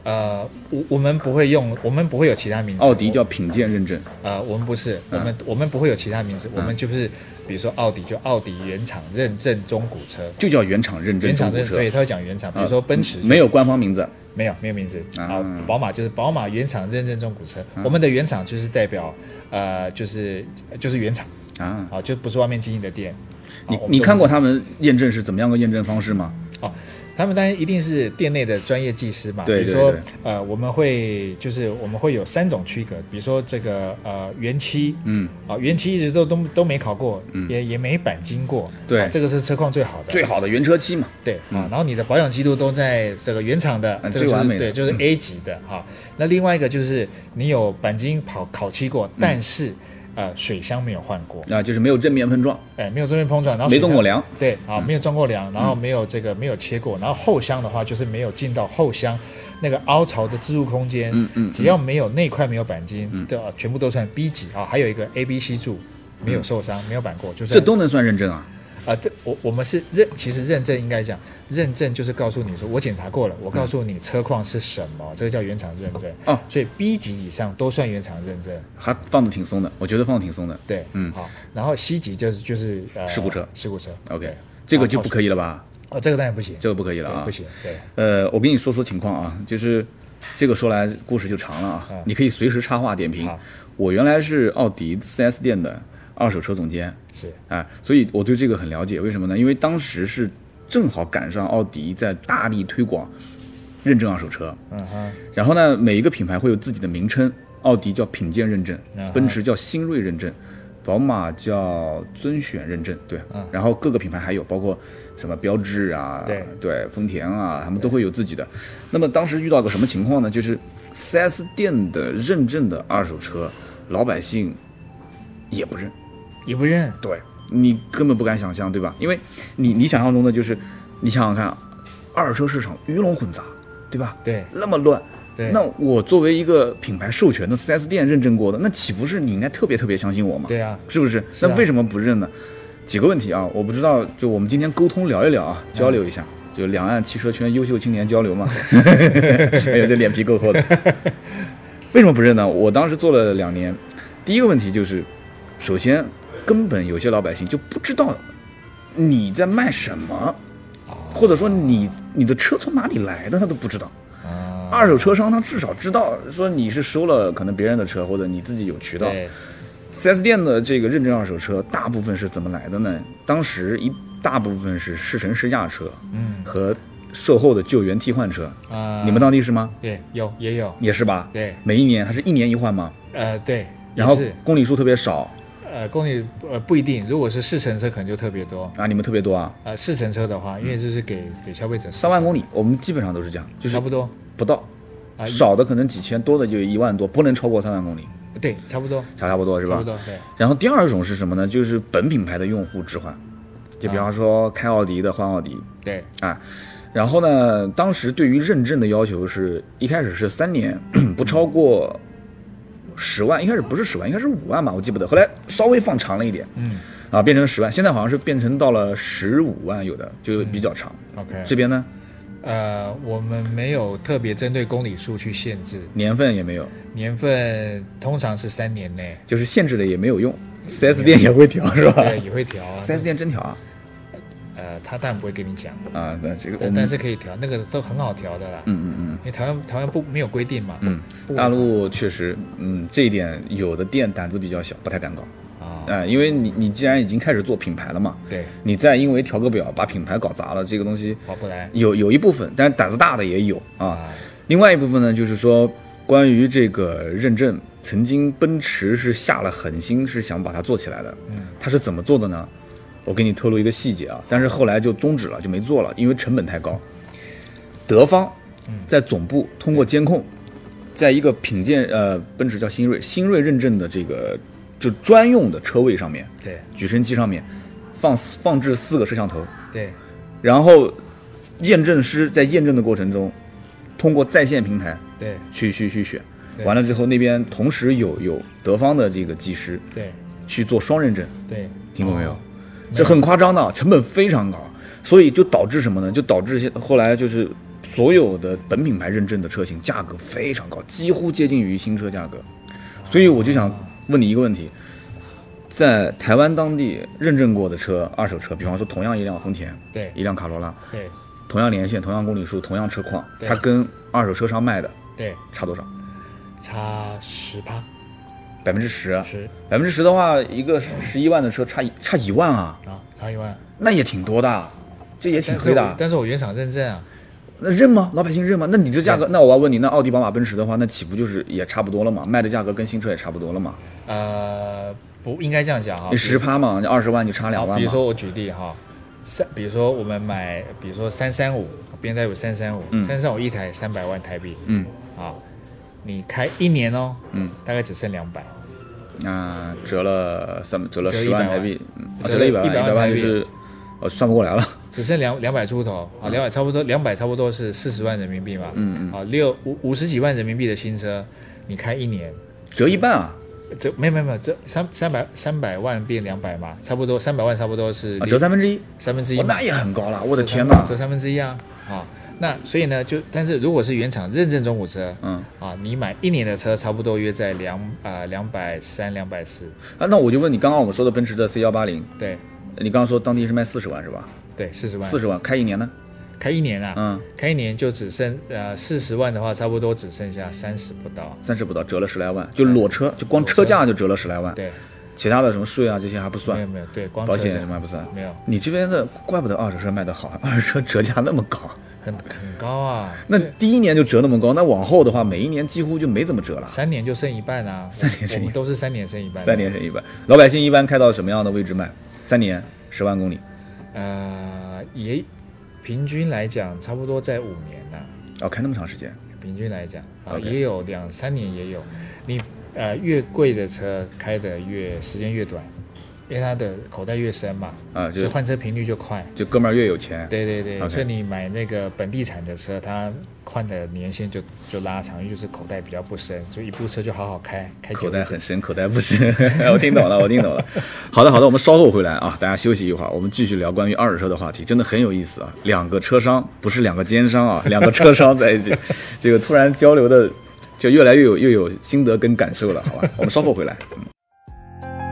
Speaker 3: 呃，我我们不会用，我们不会有其他名字，
Speaker 2: 奥迪嗯
Speaker 3: 我
Speaker 2: 叫品鉴认证，
Speaker 3: 呃，我们不是，我们、我们不会有其他名
Speaker 2: 嗯
Speaker 3: 字，我们就是比如说奥迪就奥迪原厂认证中古车，
Speaker 2: 就叫原厂认证
Speaker 3: 原
Speaker 2: 中
Speaker 3: 厂
Speaker 2: 古
Speaker 3: 认
Speaker 2: 车，
Speaker 3: 对，他会讲原厂，比
Speaker 2: 啊
Speaker 3: 如说奔驰、
Speaker 2: 没有官方名字，
Speaker 3: 没有没有名字
Speaker 2: 啊
Speaker 3: 啊，宝马就是宝马原厂认证中古车，我们的原厂就是代表呃就是就是原厂
Speaker 2: 啊，
Speaker 3: 啊，就不是外面经营的店。啊
Speaker 2: 你
Speaker 3: 我们
Speaker 2: 你
Speaker 3: 都
Speaker 2: 看
Speaker 3: 是
Speaker 2: 过他们验证是怎么样个验证方式吗？
Speaker 3: 哦，他们当然一定是店内的专业技师嘛。
Speaker 2: 对
Speaker 3: 比
Speaker 2: 对
Speaker 3: 如说
Speaker 2: 对，
Speaker 3: 呃，我们会就是我们会有三种区隔，比如说这个呃原漆，
Speaker 2: 嗯，
Speaker 3: 啊、原漆一直都都都没考过，也也没钣金过，
Speaker 2: 对
Speaker 3: 啊这个是车况最好的，
Speaker 2: 最好的原车漆嘛，
Speaker 3: 对啊，然后你的保养记录都在这个原厂的，
Speaker 2: 嗯
Speaker 3: 这个就
Speaker 2: 最完
Speaker 3: 是
Speaker 2: 美的
Speaker 3: 对，就是 A 级的哈、那另外一个就是你有钣金跑烤漆过，
Speaker 2: 嗯
Speaker 3: 但是呃水箱没有换过，
Speaker 2: 啊，就是没有正面碰撞，
Speaker 3: 哎，没有正面碰撞，然后
Speaker 2: 没
Speaker 3: 水箱
Speaker 2: 动过嗯梁，
Speaker 3: 对啊，没有撞过梁，然后没有这个没有切过，然后后箱的话就是没有进到后箱那个凹槽的置入空间，
Speaker 2: 嗯嗯
Speaker 3: 只要没有那块没有钣金，对啊，全部都算 B 级啊，还有一个 A B C 柱没有受伤，没有钣过，就是
Speaker 2: 这都能算认证啊？
Speaker 3: 啊，这我我们是认，其实认证应该讲，认证就是告诉你说我检查过了，我告诉你车况是什么，这个叫原厂认证。
Speaker 2: 哦
Speaker 3: 所以 B 级以上都算原厂认证。
Speaker 2: 还放的挺松的，我觉得放的挺松的。
Speaker 3: 对，
Speaker 2: 嗯
Speaker 3: 好，然后 C 级就是就是呃，
Speaker 2: 事故车
Speaker 3: 事故车。
Speaker 2: ，OK，
Speaker 3: 对
Speaker 2: 这个就不可以了吧？
Speaker 3: 哦，这个当然不行，
Speaker 2: 这个不可以了啊，
Speaker 3: 对不行，对，
Speaker 2: 呃，我跟你说说情况啊，就是这个说来故事就长了啊，你可以随时插话点评
Speaker 3: 好。
Speaker 2: 我原来是奥迪 4S 店的二手车总监，
Speaker 3: 是
Speaker 2: 哎，所以我对这个很了解。为什么呢？因为当时是正好赶上奥迪在大力推广认证二手车，
Speaker 3: 嗯哼，
Speaker 2: 然后呢，每一个品牌会有自己的名称，奥迪叫品鉴认证
Speaker 3: 嗯，
Speaker 2: 奔驰叫新锐认证，宝马叫尊选认证，对。然后各个品牌还有包括什么标致啊，
Speaker 3: 对
Speaker 2: 丰田啊，他们都会有自己的。那么当时遇到个什么情况呢？就是 4S 店的认证的二手车，老百姓也不认。
Speaker 3: 也不认，
Speaker 2: 对你根本不敢想象，对吧？因为你你想象中的就是，你想想看，二手车市场鱼龙混杂，对吧？
Speaker 3: 对
Speaker 2: 那么乱。
Speaker 3: 对
Speaker 2: 那我作为一个品牌授权的 4S 店认证过的，那岂不是你应该特别特别相信我吗？
Speaker 3: 对啊
Speaker 2: 是不是？
Speaker 3: 是啊
Speaker 2: 那为什么不认呢？几个问题啊，我不知道，就我们今天沟通聊一聊啊，
Speaker 3: 嗯
Speaker 2: 交流一下，就两岸汽车圈优秀青年交
Speaker 3: [LAUGHS]
Speaker 2: 流嘛。 [LAUGHS] 哎呦，这脸皮够厚的。为什么不认呢？我当时做了两年，第一个问题就是，首先根本有些老百姓就不知道你在卖什么，或者说你你的车从哪里来的，他都不知道。
Speaker 3: 啊，
Speaker 2: 二手车商他至少知道说你是收了可能别人的车，或者你自己有渠道。
Speaker 3: 对，
Speaker 2: 4S 店的这个认证二手车，大部分是怎么来的呢？当时一大部分是试乘试驾车，
Speaker 3: 嗯
Speaker 2: 和售后的救援替换车，
Speaker 3: 啊，
Speaker 2: 你们当地是吗？
Speaker 3: 对有也有，
Speaker 2: 也是吧？
Speaker 3: 对
Speaker 2: 每一年它是一年一换吗？
Speaker 3: 呃对，
Speaker 2: 然后
Speaker 3: 也是
Speaker 2: 公里数特别少
Speaker 3: 呃公里呃不一定，如果是四乘车可能就特别多，
Speaker 2: 啊，你们特别多啊，
Speaker 3: 呃四乘车的话，因为这是给给消费者
Speaker 2: 三万公
Speaker 3: 里
Speaker 2: 里，我们基本上都是这样，就是
Speaker 3: 差不多，
Speaker 2: 不到，
Speaker 3: 啊
Speaker 2: 少的可能几千，多的就一万多，不能超过三万公里，
Speaker 3: 对差不多
Speaker 2: 差差不多是吧？
Speaker 3: 差不多对，
Speaker 2: 然后第二种是什么呢？就是本品牌的用户置换，就比
Speaker 3: 啊
Speaker 2: 方说开奥迪的换奥迪
Speaker 3: 对
Speaker 2: 啊。然后呢，当时对于认证的要求是一开始是三年 [CLEARS THROAT] 不超过十万，一开始不是十万，应该是五万吧，我记不得。后来稍微放长了一点，
Speaker 3: 嗯
Speaker 2: 啊，变成十万，现在好像是变成到了十五万，有的就比较长。
Speaker 3: OK
Speaker 2: 这边呢，
Speaker 3: 呃我们没有特别针对公里数去限制，
Speaker 2: 年份也没有，
Speaker 3: 年份通常是三年内，
Speaker 2: 就是限制的也没有用。4S 店也会调是吧
Speaker 3: 嗯对也会调啊，
Speaker 2: ？4S 店真调啊？
Speaker 3: 呃他当然不会跟你讲，
Speaker 2: 啊，对，这个我
Speaker 3: 呃
Speaker 2: 们
Speaker 3: 但是可以调，那个都很好调的啦，
Speaker 2: 嗯嗯嗯。
Speaker 3: 因为台湾台湾不没有规定嘛，
Speaker 2: 嗯
Speaker 3: 不，
Speaker 2: 大陆确实，嗯，这一点有的店胆子比较小，不太敢搞，
Speaker 3: 啊、
Speaker 2: 哎、因为你你既然已经开始做品牌了嘛，
Speaker 3: 对，
Speaker 2: 你再因为调个表把品牌搞砸了，这个东西
Speaker 3: 划不来
Speaker 2: 有有一部分，但是胆子大的也有啊。
Speaker 3: 啊，
Speaker 2: 另外一部分呢，就是说关于这个认证，曾经奔驰是下了狠心，是想把它做起来的，
Speaker 3: 嗯，
Speaker 2: 它是怎么做的呢？我给你透露一个细节啊，但是后来就终止了，就没做了，因为成本太高。德方在总部通过监控，在一个品鉴呃奔驰叫新锐，新锐认证的这个就专用的车位上面，
Speaker 3: 对
Speaker 2: 举升机上面放四放置四个摄像头，
Speaker 3: 对
Speaker 2: 然后验证师在验证的过程中，通过在线平台
Speaker 3: 对
Speaker 2: 去去去选，
Speaker 3: 对
Speaker 2: 完了之后那边同时有有德方的这个技师
Speaker 3: 对
Speaker 2: 去做双认证，
Speaker 3: 对，
Speaker 2: 听过没有
Speaker 3: 哦？
Speaker 2: 这很夸张的，啊成本非常高，所以就导致什么呢？就导致现后来就是所有的本品牌认证的车型价格非常高，几乎接近于新车价格。所以我就
Speaker 3: 哦
Speaker 2: 想问你一个问题，在台湾当地认证过的车，二手车，比方说同样一辆丰田，
Speaker 3: 对
Speaker 2: 一辆卡罗拉，
Speaker 3: 对
Speaker 2: 同样年限、同样公里数、同样车况，
Speaker 3: 对
Speaker 2: 它跟二手车商卖的
Speaker 3: 对，
Speaker 2: 差多少？
Speaker 3: 差十趴
Speaker 2: 百分之十，啊
Speaker 3: 十
Speaker 2: 百分之十的话，一个十一万的车差一差一万啊，
Speaker 3: 啊，差一万，
Speaker 2: 那也挺多的啊，这也挺
Speaker 3: 但是
Speaker 2: 亏的
Speaker 3: 我
Speaker 2: 啊。
Speaker 3: 但是我原厂认证啊，
Speaker 2: 那认吗？老百姓认吗？那你这价格，那我要问你，那奥迪、宝马、奔驰的话，那岂不就是也差不多了嘛？卖的价格跟新车也差不多了嘛？
Speaker 3: 呃，不应该这样讲哈
Speaker 2: 你，十趴嘛，你二十万就差两
Speaker 3: 好，
Speaker 2: 万
Speaker 3: 比如
Speaker 2: 嘛？
Speaker 3: 说我举例哈，三，比如说我们买，比如说三三五，边代有三三五，三三五一台三百万台币，
Speaker 2: 嗯
Speaker 3: 啊，你开一年哦，
Speaker 2: 嗯，
Speaker 3: 大概只剩两百，
Speaker 2: 那啊折了三折了
Speaker 3: 折
Speaker 2: 十万
Speaker 3: 100万
Speaker 2: 台币，嗯啊
Speaker 3: 折
Speaker 2: 折
Speaker 3: 了
Speaker 2: 了一百万，
Speaker 3: 100万
Speaker 2: 100万就
Speaker 3: 台币
Speaker 2: 是呃算不过来了。
Speaker 3: 只剩两两百出头啊，两百差不多，两百差不多是四十万人民币嘛，嗯嗯，啊，六五五十几万人民币的新车，你开一年，
Speaker 2: 折一半啊，
Speaker 3: 这没有没有没有，这三三百三百万变两百嘛，差不多三百万差不多是
Speaker 2: 啊折三分之一，
Speaker 3: 三分之一
Speaker 2: 哦
Speaker 3: 嘛，
Speaker 2: 那也很高了，我的天
Speaker 3: 折
Speaker 2: 哪
Speaker 3: 三！折三分之一啊啊！那所以呢，就但是如果是原厂认证中古车，
Speaker 2: 嗯
Speaker 3: 啊，你买一年的车，差不多约在两啊两百三两百四，
Speaker 2: 啊，那我就问你，刚刚我们说的奔驰的 C 幺八零，
Speaker 3: 对
Speaker 2: 你刚刚说当地是卖四十万是吧？
Speaker 3: 对，四十万，
Speaker 2: 四十万开一年呢？
Speaker 3: 开一年啊，
Speaker 2: 嗯，
Speaker 3: 开一年就只剩呃四十万的话，差不多只剩下三十不到，
Speaker 2: 三十不到，折了十来万，就裸车，就光车价就折了十来万。，
Speaker 3: 对，
Speaker 2: 其他的什么税啊这些还不
Speaker 3: 没有
Speaker 2: 算，
Speaker 3: 没有，对，光
Speaker 2: 保
Speaker 3: 车
Speaker 2: 险
Speaker 3: 价
Speaker 2: 什么还不算。
Speaker 3: 没有，
Speaker 2: 你这边的怪不得二手车卖得好， [LAUGHS] 二手车折价那么高。
Speaker 3: 很很高啊，
Speaker 2: 那第一年就折那么高，那往后的话，每一年几乎就没怎么折了。
Speaker 3: 三年就剩一半啊，
Speaker 2: [LAUGHS] 三年剩一
Speaker 3: 我们都是三年剩一半，
Speaker 2: 三，年是一般，老百姓一般开到什么样的位置卖？三年十万公里
Speaker 3: 呃，也平均来讲，差不多在五年啊呐、
Speaker 2: 哦，开那么长时间，
Speaker 3: 平均来讲啊，
Speaker 2: OK
Speaker 3: 也有两三年也有。你呃越贵的车开的越时间越短，因为它的口袋越深嘛，
Speaker 2: 啊就
Speaker 3: 所以换车频率就快。
Speaker 2: 就哥们儿越有钱，
Speaker 3: 对对对
Speaker 2: OK
Speaker 3: 所以你买那个本地产的车，它换的年限就就拉长，因为就是口袋比较不深，就一部车就好好开，开久
Speaker 2: 口
Speaker 3: 一
Speaker 2: 袋
Speaker 3: 点
Speaker 2: 很深，口袋不深。 [LAUGHS] 我听懂了，我听懂了。好的，好的，我们稍后回来啊，大家休息一会儿，我们继续聊关于二手车的话题，真的很有意思啊。两个车商不是两个奸商啊，两个车商在一起， [LAUGHS] 这个突然交流的就越来越有越有心得跟感受了，好吧？我们稍后回来。嗯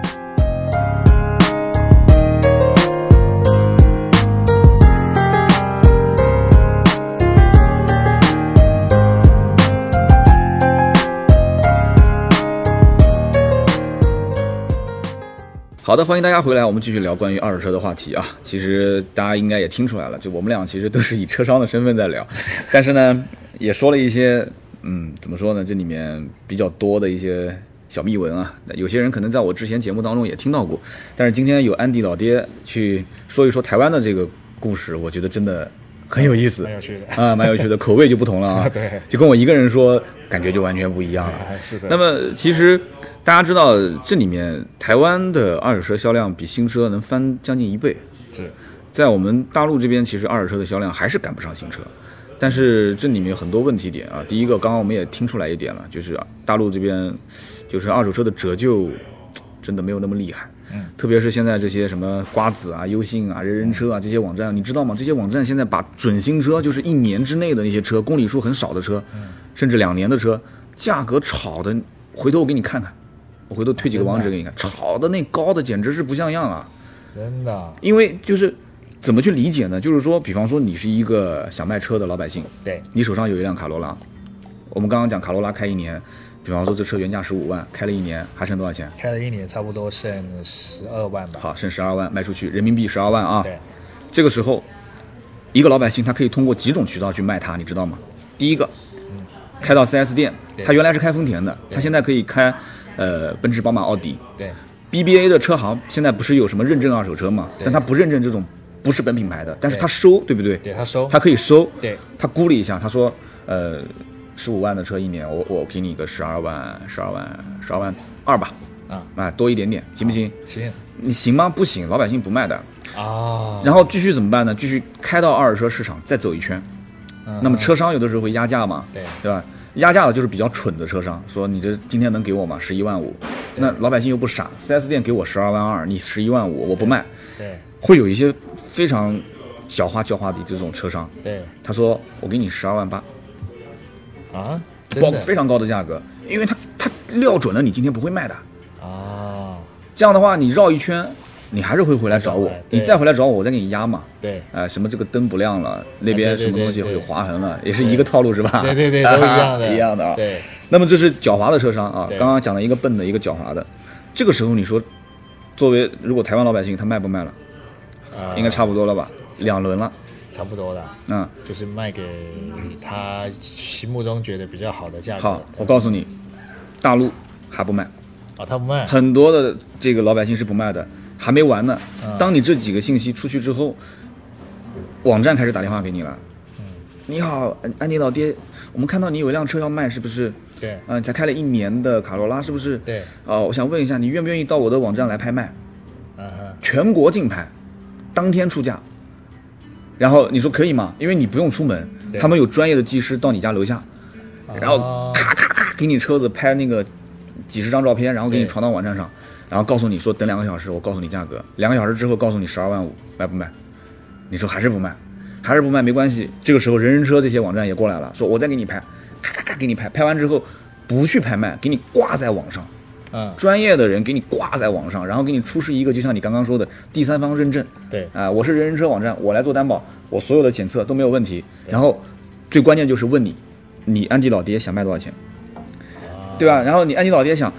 Speaker 2: 好的，欢迎大家回来，我们继续聊关于二手车的话题啊。其实大家应该也听出来了，就我们俩其实都是以车商的身份在聊， [LAUGHS] 但是呢，也说了一些，嗯，怎么说呢？这里面比较多的一些小秘闻啊，有些人可能在我之前节目当中也听到过，但是今天有安迪老爹去说一说台湾的这个故事，我觉得真的很有意思，
Speaker 3: 蛮有趣的
Speaker 2: 啊，蛮有趣的，口味就不同了啊。
Speaker 3: [LAUGHS] 对
Speaker 2: 就跟我一个人说，感觉就完全不一样了。
Speaker 3: [LAUGHS] 哎是的
Speaker 2: 那么其实大家知道，这里面台湾的二手车销量比新车能翻将近一倍，
Speaker 3: 是
Speaker 2: 在我们大陆这边，其实二手车的销量还是赶不上新车。但是这里面有很多问题点啊，第一个，刚刚我们也听出来一点了，就是啊大陆这边，就是二手车的折旧嘖真的没有那么厉害。嗯，特别是现在这些什么瓜子啊、优信啊、人人车啊这些网站，你知道吗？这些网站现在把准新车，就是一年之内的那些车，公里数很少的车，甚至两年的车，价格炒的，回头我给你看看，我回头推几个网址给你看，炒的那高的简直是不像样啊！
Speaker 3: 真的，
Speaker 2: 因为就是怎么去理解呢？就是说，比方说你是一个想卖车的老百姓，
Speaker 3: 对，
Speaker 2: 你手上有一辆卡罗拉，我们刚刚讲卡罗拉开一年，比方说这车原价十五万，开了一年还剩多少钱？
Speaker 3: 开了一年差不多剩十二万吧。
Speaker 2: 好，剩十二万卖出去，人民币十二万啊。
Speaker 3: 对，
Speaker 2: 这个时候，一个老百姓他可以通过几种渠道去卖它，你知道吗？第一个，开到 4S 店，
Speaker 3: 对
Speaker 2: 他原来是开丰田的，他现在可以开呃奔驰、宝马、奥迪。
Speaker 3: 对，
Speaker 2: BBA 的车行现在不是有什么认证二手车嘛？但他不认证这种不是本品牌的，但是他收，对不对？
Speaker 3: 对他收
Speaker 2: 他可以收。
Speaker 3: 对，
Speaker 2: 他估了一下，他说，呃，十五万的车一年，我我给你个十二万，十二万，十二万二吧，
Speaker 3: 啊，
Speaker 2: 啊，多一点点，行不行？
Speaker 3: 行
Speaker 2: 你行吗？不行，老百姓不卖的。
Speaker 3: 啊，
Speaker 2: 然后继续怎么办呢？继续开到二手车市场，再走一圈。
Speaker 3: 嗯
Speaker 2: 那么车商有的时候会压价嘛，
Speaker 3: 对
Speaker 2: 对吧？压价的就是比较蠢的车商，说你这今天能给我吗？十一万五，那老百姓又不傻，4S 店给我十二万二，你十一万五，我不卖，
Speaker 3: 对
Speaker 2: 会有一些非常狡猾狡猾的这种车商，
Speaker 3: 对
Speaker 2: 他说我给你十二万八，
Speaker 3: 啊，
Speaker 2: 报
Speaker 3: 真
Speaker 2: 个非
Speaker 3: 的
Speaker 2: 常高的价格，因为他他料准了你今天不会卖的，
Speaker 3: 啊，
Speaker 2: 这样的话你绕一圈，你还是会回来找我
Speaker 3: 还是，对
Speaker 2: 你再回来找我，我再给你压嘛。
Speaker 3: 对
Speaker 2: 呃，什么这个灯不亮了，那
Speaker 3: 啊
Speaker 2: 边
Speaker 3: 对
Speaker 2: 什么
Speaker 3: 对
Speaker 2: 东西
Speaker 3: 对
Speaker 2: 会有划痕了，也是一个套路是吧？
Speaker 3: 对对对，都一样
Speaker 2: [LAUGHS]
Speaker 3: 的，
Speaker 2: 一样的啊。
Speaker 3: 对，
Speaker 2: 那么这是狡猾的车商啊，
Speaker 3: 对
Speaker 2: 刚刚讲了一个笨的，一个狡猾的。这个时候你说，作为如果台湾老百姓他卖不卖了，
Speaker 3: 啊
Speaker 2: 应该差不多了吧？两轮了，
Speaker 3: 差不多了。
Speaker 2: 嗯，
Speaker 3: 就是卖给他心目中觉得比较好的价格。
Speaker 2: 好，我告诉你，大陆还不卖，
Speaker 3: 哦，他不卖，
Speaker 2: 很多的这个老百姓是不卖的，还没完呢。
Speaker 3: 啊
Speaker 2: 当你这几个信息出去之后，网站开始打电话给你了。
Speaker 3: 嗯
Speaker 2: 你好，安安迪老爹，我们看到你有一辆车要卖，是不是？
Speaker 3: 对
Speaker 2: 嗯、才开了一年的卡罗拉，是不是？
Speaker 3: 对
Speaker 2: 哦，我想问一下，你愿不愿意到我的网站来拍卖？
Speaker 3: 嗯哼，
Speaker 2: 全国竞拍，当天出价。然后你说可以吗？因为你不用出门，
Speaker 3: 对啊
Speaker 2: 他们有专业的技师到你家楼下，然后咔咔咔给你车子拍那个几十张照片，然后给你
Speaker 3: 对
Speaker 2: 传到网站上，然后告诉你说等两个小时，我告诉你价格，两个小时之后告诉你十二万五卖不卖？你说还是不卖，还是不卖没关系。这个时候人人车这些网站也过来了，说我再给你拍，咔咔咔给你拍，拍完之后不去拍卖，给你挂在网上。
Speaker 3: 嗯，
Speaker 2: 专业的人给你挂在网上，然后给你出示一个，就像你刚刚说的第三方认证。
Speaker 3: 对
Speaker 2: 啊、我是人人车网站，我来做担保，我所有的检测都没有问题。然后最关键就是问你，你安迪老爹想卖多少钱，对吧？然后你安迪老爹想，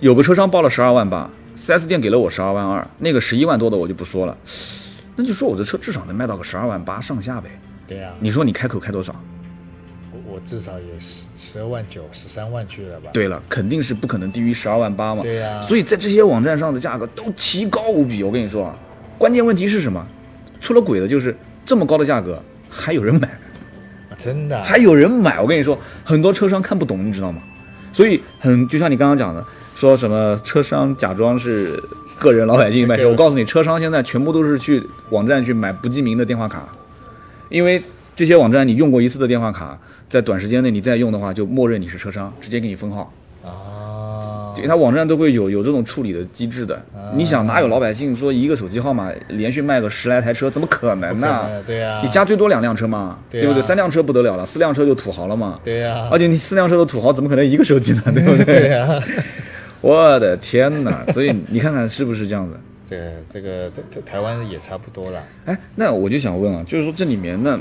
Speaker 2: 有个车商报了十二万八，4S 店给了我十二万二，那个十一万多的我就不说了，那就说我这车至少能卖到个十二万八上下呗。
Speaker 3: 对啊，
Speaker 2: 你说你开口开多少？
Speaker 3: 我我至少也十十二万九、十三万去了吧？
Speaker 2: 对了，肯定是不可能低于十二万八嘛。
Speaker 3: 对呀
Speaker 2: 所以在这些网站上的价格都奇高无比。我跟你说啊，关键问题是什么？出了轨的就是这么高的价格，还有人买，
Speaker 3: 啊，真的啊，
Speaker 2: 还有人买。我跟你说，很多车商看不懂，你知道吗？所以很就像你刚刚讲的，说什么车商假装是个人老百姓卖车，
Speaker 3: 对
Speaker 2: 我告诉你，车商现在全部都是去网站去买不记名的电话卡，因为这些网站你用过一次的电话卡，在短时间内你再用的话，就默认你是车商，直接给你封号。
Speaker 3: 啊，
Speaker 2: 对，它网站都会有有这种处理的机制的。你想哪有老百姓说一个手机号码连续卖个十来台车，怎么可能呢、
Speaker 3: 不可能对啊
Speaker 2: 你家最多两辆车嘛，
Speaker 3: 对啊
Speaker 2: 不对？三辆车不得了了，四辆车就土豪了嘛。
Speaker 3: 对呀
Speaker 2: 而，且你四辆车的土豪怎么可能一个手机呢？对不对？
Speaker 3: [LAUGHS] 对啊呀，
Speaker 2: [LAUGHS] 我的天哪！所以你看看是不是这样子？
Speaker 3: [LAUGHS] 这个这个台台台湾也差不多了。
Speaker 2: 哎，那我就想问啊，就是说这里面那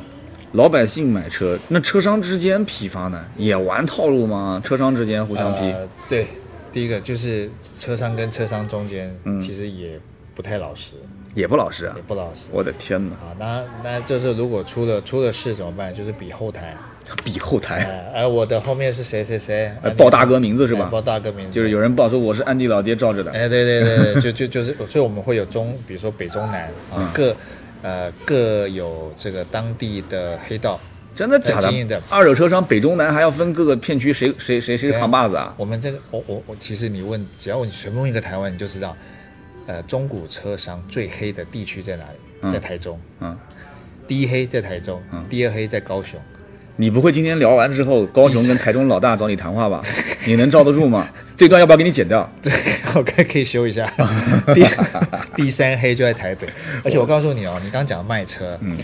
Speaker 2: 老百姓买车，那车商之间批发呢，也玩套路吗？车商之间互相批，
Speaker 3: 呃，对，第一个就是车商跟车商中间，
Speaker 2: 嗯
Speaker 3: 其实也不太老实，
Speaker 2: 也不老实啊
Speaker 3: 也！不老实。
Speaker 2: 我的天哪，
Speaker 3: 啊，那那这时候如果出了出了事怎么办？就是比后台，
Speaker 2: 比后
Speaker 3: 哎、
Speaker 2: 台，
Speaker 3: 哎，我的后面是谁谁谁，啊
Speaker 2: 哎
Speaker 3: 你
Speaker 2: 报大哥名字是吧
Speaker 3: 哎报大哥名字
Speaker 2: 就是有人报说我是安迪老爹罩着的，
Speaker 3: 哎，对对对对，就就就是，所以我们会有中，比如说北中南啊，
Speaker 2: 嗯
Speaker 3: 各呃各有这个当地的黑道。
Speaker 2: 真的假
Speaker 3: 哎
Speaker 2: 的
Speaker 3: 经营的？
Speaker 2: 二手车商北中南还要分各个片区，谁谁谁谁是扛把子啊？
Speaker 3: 我们这个，我我我，其实你问，只要你随便问一个台湾，你就知道，呃，中古车商最黑的地区在哪里？在台中，
Speaker 2: 嗯，
Speaker 3: 第一黑在台中，第二黑在高雄。
Speaker 2: 你不会今天聊完之后，高雄跟台中老大找你谈话
Speaker 3: [LAUGHS]
Speaker 2: 吧？你能罩得住吗？这段要不要给你剪掉？
Speaker 3: 对， [LAUGHS] 我看可以修一下。第第三黑就在台北，而且我告诉你哦，你刚讲卖车，嗯，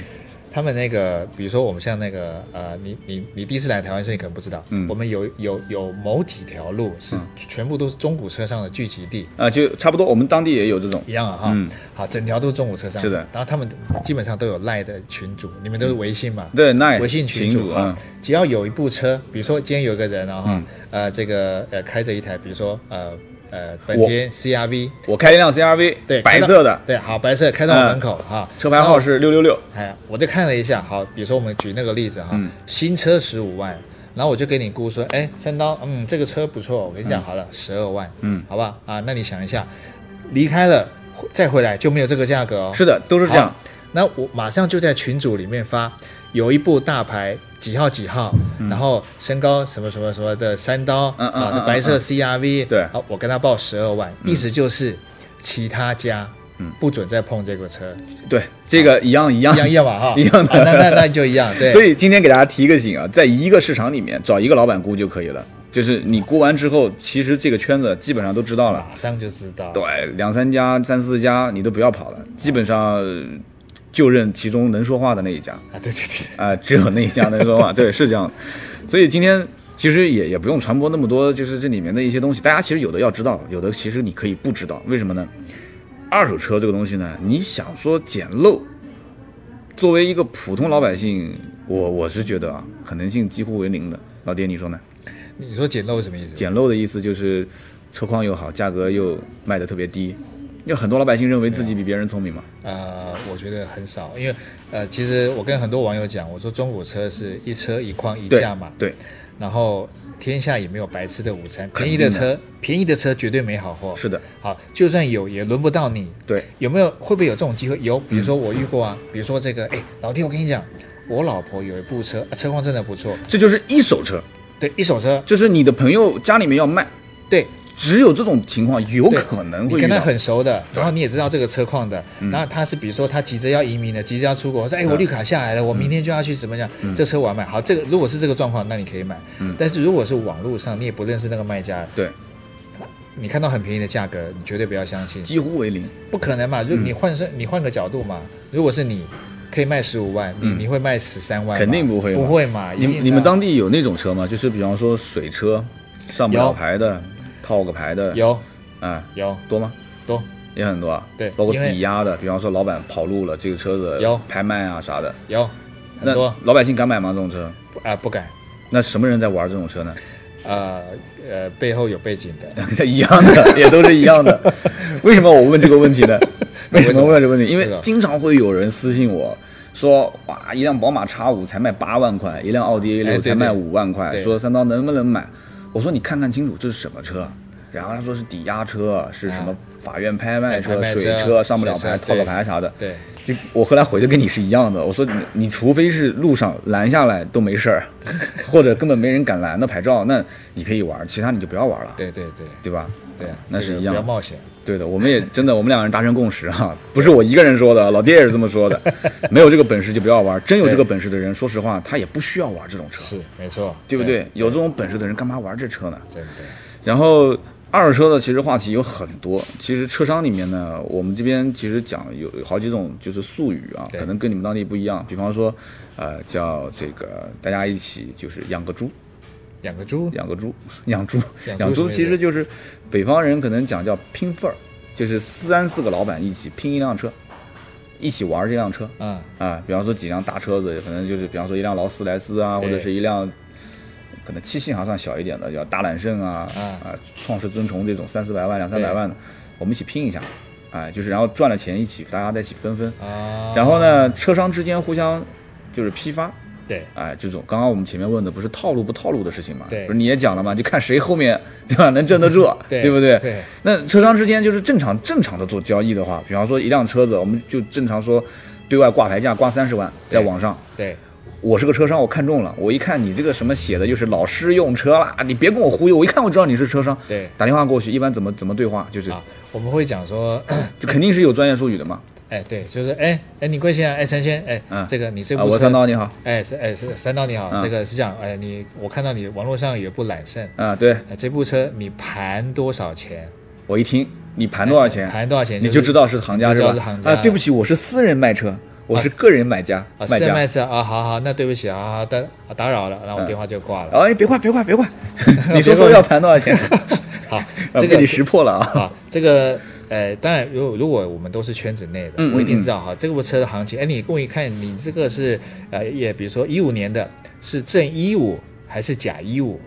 Speaker 3: 他们那个，比如说我们像那个呃，你你你第一次来台湾，所以你可能不知道，嗯，我们有有有某几条路是全部都是中古车上的聚集地。
Speaker 2: 啊，就差不多，我们当地也有这种
Speaker 3: 一样啊哈，好，整条都是中古车上，
Speaker 2: 嗯是的
Speaker 3: 然后他们基本上都有赖的群主，你们都是微信嘛？
Speaker 2: 对 Line
Speaker 3: 微信群
Speaker 2: 群
Speaker 3: 主
Speaker 2: 组
Speaker 3: 啊
Speaker 2: 嗯，
Speaker 3: 只要有一部车，比如说今天有一个人啊哈，呃，这个呃开着一台，比如说呃呃本田 CRV，
Speaker 2: 我开一辆 CRV，
Speaker 3: 对，
Speaker 2: 白
Speaker 3: 开到
Speaker 2: 色的，嗯
Speaker 3: 对，好，白色开到我门口哈，
Speaker 2: 车牌号
Speaker 3: 然后，
Speaker 2: 是六六六，
Speaker 3: 哎，我就看了一下，好，比如说我们举那个例子哈，
Speaker 2: 嗯
Speaker 3: 新车十五万，然后我就给你估说，哎，三刀，嗯，这个车不错，我跟你讲好了，十二万，嗯，好吧，啊，那你想一下，离开了回再回来就没有这个价格哦，
Speaker 2: 是的，都是这样
Speaker 3: 好。。那我马上就在群组里面发，有一部大牌几号几号，然后身高什么什么什么的三刀、
Speaker 2: 嗯嗯
Speaker 3: 啊
Speaker 2: 嗯
Speaker 3: 的白色 CRV，、
Speaker 2: 对嗯
Speaker 3: 好，我跟他报十二万，意思就是其他家不准再碰这个车，
Speaker 2: 对，这个一样一样
Speaker 3: 一样一样吧哈，
Speaker 2: 一样的
Speaker 3: 啊那那那就一样，
Speaker 2: [LAUGHS]
Speaker 3: 对，
Speaker 2: 所以今天给大家提一个醒啊，在一个市场里面找一个老板估就可以了。就是你估完之后，其实这个圈子基本上都知道了，
Speaker 3: 马上就知道，
Speaker 2: 对，两三家、三四家你都不要跑了，基本上呃就认其中能说话的那一家。
Speaker 3: 啊，对对对
Speaker 2: 啊、只有那一家能说话，对，是这样的。所以今天其实也也不用传播那么多，就是这里面的一些东西，大家其实有的要知道，有的其实你可以不知道，为什么呢？二手车这个东西呢，你想说捡漏，作为一个普通老百姓，我我是觉得啊，可能性几乎为零的。老爹，你说呢？
Speaker 3: 对，你说捡漏是什么意思？
Speaker 2: 捡漏的意思就是车况又好，价格又卖的特别低，因为很多老百姓认为自己比别人聪明嘛。
Speaker 3: 呃，我觉得很少，因为呃，其实我跟很多网友讲，我说中古车是一车一况啊一
Speaker 2: 对
Speaker 3: 价嘛，
Speaker 2: 对，
Speaker 3: 然后天下也没有白吃的午餐，便宜的车，便宜的车绝对没好货。
Speaker 2: 是的，
Speaker 3: 好，就算有也轮不到你。
Speaker 2: 对，嗯
Speaker 3: 有没有会不会有这种机会？有，比如说我遇过啊，比如说这个，哎，老弟，我跟你讲，我老婆有一部车，啊车况真的不错，
Speaker 2: 这就是一手车，
Speaker 3: 对，一手车，
Speaker 2: 就是你的朋友家里面要卖，
Speaker 3: 对，
Speaker 2: 只有这种情况有
Speaker 3: 对
Speaker 2: 可能
Speaker 3: 你
Speaker 2: 会遇
Speaker 3: 跟他
Speaker 2: 到。嗯
Speaker 3: 很熟的，然后你也知道这个车况的，然后他是比如说他急着要移民的，急着要出国，我说哎我绿卡下来了，
Speaker 2: 嗯
Speaker 3: 我明天就要去怎么样，这车我要买，好，这个如果是这个状况，那你可以买，
Speaker 2: 嗯
Speaker 3: 但是如果是网络上你也不认识那个卖家，
Speaker 2: 对，
Speaker 3: 你看到很便宜的价格，你绝对不要相信，
Speaker 2: 几乎为零。
Speaker 3: 不可能嘛？
Speaker 2: 嗯
Speaker 3: 就你换算，你换个角度嘛，如果是你可以卖十五万，你你会卖十三万
Speaker 2: 嗯
Speaker 3: 吗？
Speaker 2: 肯定不会嘛
Speaker 3: 不会嘛？
Speaker 2: 你
Speaker 3: 一定
Speaker 2: 们
Speaker 3: 的
Speaker 2: 你们当地有那种车吗？就是比方说水车，上不了
Speaker 3: 有
Speaker 2: 牌的，套个牌的，
Speaker 3: 有
Speaker 2: 哎，
Speaker 3: 有
Speaker 2: 多吗？
Speaker 3: 多
Speaker 2: 也很多啊。
Speaker 3: 对
Speaker 2: 包括
Speaker 3: 因为
Speaker 2: 抵押的，比方说老板跑路了，这个车子
Speaker 3: 有
Speaker 2: 拍卖啊啥的，
Speaker 3: 有很
Speaker 2: 那
Speaker 3: 多啊
Speaker 2: 老百姓敢买吗？这种车？、
Speaker 3: 不敢。
Speaker 2: 那什么人在玩这种车呢？
Speaker 3: 呃呃，背后有背景
Speaker 2: [LAUGHS]
Speaker 3: 的，
Speaker 2: 一样的，也都是一样的。为什么我问这个问题
Speaker 3: [LAUGHS]
Speaker 2: 呢？为什么问这个问题？因
Speaker 3: 是
Speaker 2: 为
Speaker 3: 的
Speaker 2: 经常会有人私信我说，哇，一辆宝马 X 五才卖八万块，一辆奥迪 A
Speaker 3: 哎
Speaker 2: 六
Speaker 3: 对对
Speaker 2: 才卖五万块，
Speaker 3: 对
Speaker 2: 说三刀能不能买？我说你看看清楚这是什么车。然后他说是抵押车，是什么法院拍卖
Speaker 3: 哎拍
Speaker 2: 车、
Speaker 3: 卖车
Speaker 2: 水车，上不了
Speaker 3: 水
Speaker 2: 牌、
Speaker 3: 车
Speaker 2: 套个
Speaker 3: 对
Speaker 2: 牌啥的。
Speaker 3: 对，
Speaker 2: 就我后来回的跟你是一样的，我说你你除非是路上拦下来都没事
Speaker 3: [LAUGHS]
Speaker 2: 儿，或者根本没人敢拦的牌照，那你可以玩，其他你就不要玩了。
Speaker 3: 对对对
Speaker 2: 对吧？
Speaker 3: 对啊，
Speaker 2: 那是
Speaker 3: 这个
Speaker 2: 一样
Speaker 3: 不要冒险。
Speaker 2: 对的，我们也真的，我们两个人达成共识哈、不是我一个人说的，老爹也是这么
Speaker 3: [LAUGHS]
Speaker 2: 说的。没有这个本事就不要玩，真有这个本事的人，说实话，他也不需要玩这种车，
Speaker 3: 是没错，
Speaker 2: 对不对？？有这种本事的人干嘛玩这车呢？
Speaker 3: 真的，
Speaker 2: 然后二手车的其实话题有很多，其实车商里面呢，我们这边其实讲有有好几种就是术语啊，
Speaker 3: 对
Speaker 2: 可能跟你们当地不一样。比方说，呃，叫这个大家一起就是养个猪，
Speaker 3: 养个猪，
Speaker 2: 养个猪，养猪，
Speaker 3: 养猪
Speaker 2: 养
Speaker 3: 什
Speaker 2: 猪
Speaker 3: 么意思
Speaker 2: 其实就是北方人可能讲叫拼份儿，就是三四个老板一起拼一辆车，一起玩这辆车
Speaker 3: 啊，
Speaker 2: 啊。比方说几辆大车子，可能就是比方说一辆劳斯莱斯啊，或
Speaker 3: 对
Speaker 2: 者是一辆可能七系还算小一点的，叫大揽胜啊
Speaker 3: 啊
Speaker 2: 啊，创世尊崇这种三四百万、两三百
Speaker 3: 对
Speaker 2: 万的，我们一起拼一下，哎，就是然后赚了钱一起大家再一起分分，
Speaker 3: 啊，
Speaker 2: 然后呢，车商之间互相就是批发，
Speaker 3: 对
Speaker 2: 哎，这种刚刚我们前面问的不是套路不套路的事情嘛？
Speaker 3: 对
Speaker 2: 不是你也讲了嘛，就看谁后面对吧能镇得住，
Speaker 3: [LAUGHS] 对
Speaker 2: 不对？
Speaker 3: 对
Speaker 2: 那车商之间就是正常正常的做交易的话，比方说一辆车子，我们就正常说对外挂牌价挂三十万，在
Speaker 3: 对
Speaker 2: 网上。
Speaker 3: 对
Speaker 2: 我是个车商，我看中了，我一看你这个什么写的，就是老师用车啦，你别跟我忽悠，我一看我知道你是车商，
Speaker 3: 对
Speaker 2: 打电话过去，一般怎么怎么对话，就是
Speaker 3: 啊，我们会讲说， [CLEARS THROAT]
Speaker 2: 就肯定是有专业术语的嘛。
Speaker 3: 哎，对，就是哎哎，你贵先生，哎陈先生，哎，
Speaker 2: 嗯
Speaker 3: 这个你这
Speaker 2: 啊，
Speaker 3: 部车，
Speaker 2: 我三刀你好，
Speaker 3: 哎是哎是三刀你好，
Speaker 2: 嗯
Speaker 3: 这个是这样，哎你我看到你网络上有一部揽胜，
Speaker 2: 啊，对
Speaker 3: 哎这部车你盘多少钱？
Speaker 2: 我一听你盘多少钱，
Speaker 3: 盘多少钱？
Speaker 2: 你就知道是行家
Speaker 3: 你就
Speaker 2: 吧？
Speaker 3: 是知道是行家
Speaker 2: 啊，对不起，我是私人卖车，我是个人买家、
Speaker 3: 啊，
Speaker 2: 卖
Speaker 3: 是
Speaker 2: 家。
Speaker 3: 卖车啊，好好，那对不起啊，好好打打扰了，然后我电话就挂了。
Speaker 2: 哎，别挂，别挂，别
Speaker 3: [LAUGHS]
Speaker 2: 挂！你说说要盘多少钱？
Speaker 3: 好，
Speaker 2: 啊
Speaker 3: 这
Speaker 2: 被
Speaker 3: 个
Speaker 2: 你识破了啊！
Speaker 3: 啊，这个呃，当然，如果如果我们都是圈子内的，
Speaker 2: 嗯
Speaker 3: 我一定
Speaker 2: 嗯
Speaker 3: 知道哈，这部车的行情。哎，你故意看你这个是呃，也比如说一五年的，是正一五还是假一五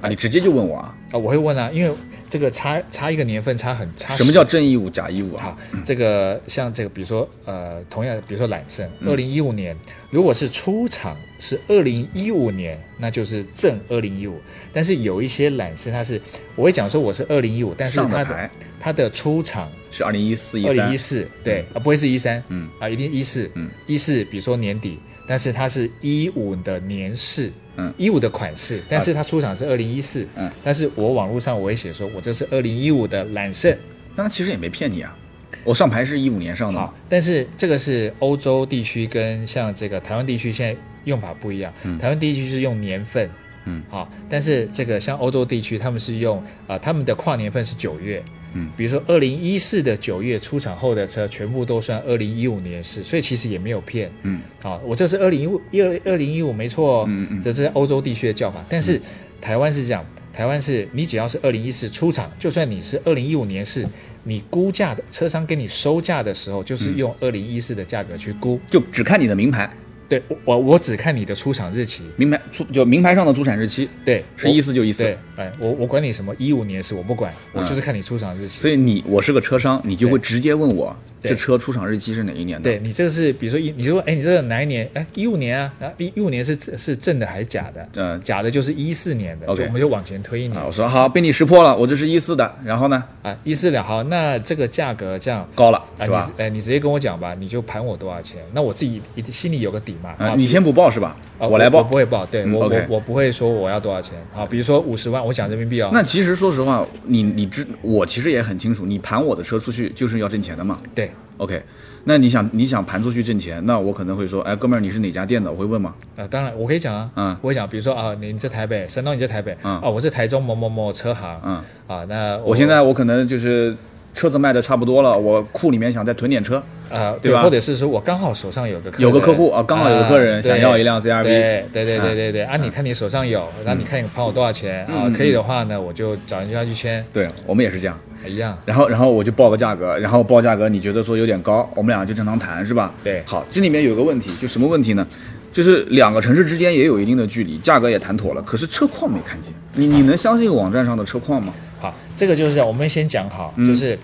Speaker 2: 啊，你直接就问我啊，
Speaker 3: 啊？我会问啊，因为这个差差一个年份差很差。
Speaker 2: 啊什么叫正义五假义五啊？
Speaker 3: 好？这个像这个，比如说呃，同样比如说揽胜，
Speaker 2: 嗯
Speaker 3: 二零一五年，如果是出厂是二零一五年，那就是正二零一五。但是有一些揽胜，它是我会讲说我是二零一五，但是
Speaker 2: 上的
Speaker 3: 它
Speaker 2: 牌
Speaker 3: 的它的出厂
Speaker 2: 是二零一四一
Speaker 3: 二零
Speaker 2: 三
Speaker 3: 一，四，对，啊，不会是一三，
Speaker 2: 嗯，
Speaker 3: 啊，一定一四，
Speaker 2: 嗯，
Speaker 3: 一四，比如说年底，但是它是一五的年式，
Speaker 2: 嗯啊
Speaker 3: 一五的款式，但是它出厂是二零一四，
Speaker 2: 嗯，
Speaker 3: 但是我网络上我会写说，我这是二零一五的揽胜，
Speaker 2: 那其实也没骗你啊，我上牌是一五年上的嘛
Speaker 3: 好，，但是这个是欧洲地区跟像这个台湾地区现在用法不一样，台湾地区是用年份。
Speaker 1: 嗯，
Speaker 3: 好，但是这个像欧洲地区，他们是用呃他们的跨年份是九月，
Speaker 1: 嗯，
Speaker 3: 比如说二零一四的九月出厂后的车，全部都算二零一五年式，所以其实也没有骗，
Speaker 1: 嗯，
Speaker 3: 好，我这是二零一五一二二零一五没错、哦，嗯嗯，这是欧洲地区的叫法，但是台湾是这样，台湾是你只要是二零一四出厂，就算你是二零一五年式，你估价的车商给你收价的时候，就是用二零一四的价格去估，
Speaker 2: 就只看你的名牌，
Speaker 3: 对我我我只看你的出厂日期，
Speaker 2: 名牌出就名牌上的出产日期，
Speaker 3: 对，
Speaker 2: 是
Speaker 3: 我
Speaker 2: 14就14
Speaker 3: 对，哎，我我管你什么一五年是我不管，我就是看你出厂日期。
Speaker 2: 所
Speaker 3: 以
Speaker 2: 以你我是个车商，你就会直接问我
Speaker 3: 对
Speaker 2: 这车出厂日期是哪一年的？
Speaker 3: 对你这个是，比如说一，你说哎，你这个哪一年？哎，一五年啊，啊一一五年是是正的还是假的？
Speaker 2: 嗯
Speaker 3: 假的就是一四年的
Speaker 2: OK
Speaker 3: 就我们就往前推一年
Speaker 2: 啊，我说好，被你识破了，我这是一四的，然后呢，
Speaker 3: 啊，一四两好，那这个价格这样
Speaker 2: 高了
Speaker 3: 啊，
Speaker 2: 是吧？
Speaker 3: 你哎，你直接跟我讲吧，你就盘我多少钱，那我自己一定心里有个底嘛。
Speaker 2: 啊，
Speaker 3: 啊
Speaker 2: 你先不报是吧？
Speaker 3: 啊
Speaker 2: 来报嗯
Speaker 3: 我，不会报，对我我
Speaker 2: OK 嗯
Speaker 3: 我不会说我要多少钱啊，比如说五十万，我讲人民币哦。
Speaker 2: 那其实说实话，你你知我其实也很清楚，你盘我的车出去就是要挣钱的嘛。
Speaker 3: 对
Speaker 2: OK，那你想你想盘出去挣钱，那我可能会说，哎，哥们儿，你是哪家店的？我会问嘛。
Speaker 3: 啊，当然我可以讲啊，
Speaker 2: 嗯
Speaker 3: 我会讲，比如说啊，你在台北，三刀你在台北，
Speaker 2: 嗯
Speaker 3: 啊，我是台中某某某车行，
Speaker 2: 嗯，
Speaker 3: 啊，那
Speaker 2: 我现在我可能就是车子卖的差不多了，我库里面想再囤点车。
Speaker 3: 啊，
Speaker 2: 对吧
Speaker 3: 或者是说我刚好手上有个人
Speaker 2: 有个客户啊刚好有个客人
Speaker 3: 啊
Speaker 2: 想要一辆 CRV
Speaker 3: 对对
Speaker 2: 嗯
Speaker 3: 对对对对啊，你看你手上有，然后你看你盘我多少钱
Speaker 2: 嗯
Speaker 3: 啊，可以的话呢，我就找人家去签，
Speaker 2: 对我们也是这样。
Speaker 3: 一样，
Speaker 2: 然后，然后我就报个价格，然后报价格你觉得说有点高，我们俩就正常谈是吧？
Speaker 3: 对
Speaker 2: 好，这里面有个问题，就什么问题呢？就是两个城市之间也有一定的距离，价格也谈妥了，可是车况没看见。你你能相信网站上的车况吗？
Speaker 3: 好，这个就是我们先讲好，
Speaker 2: 嗯
Speaker 3: 就是，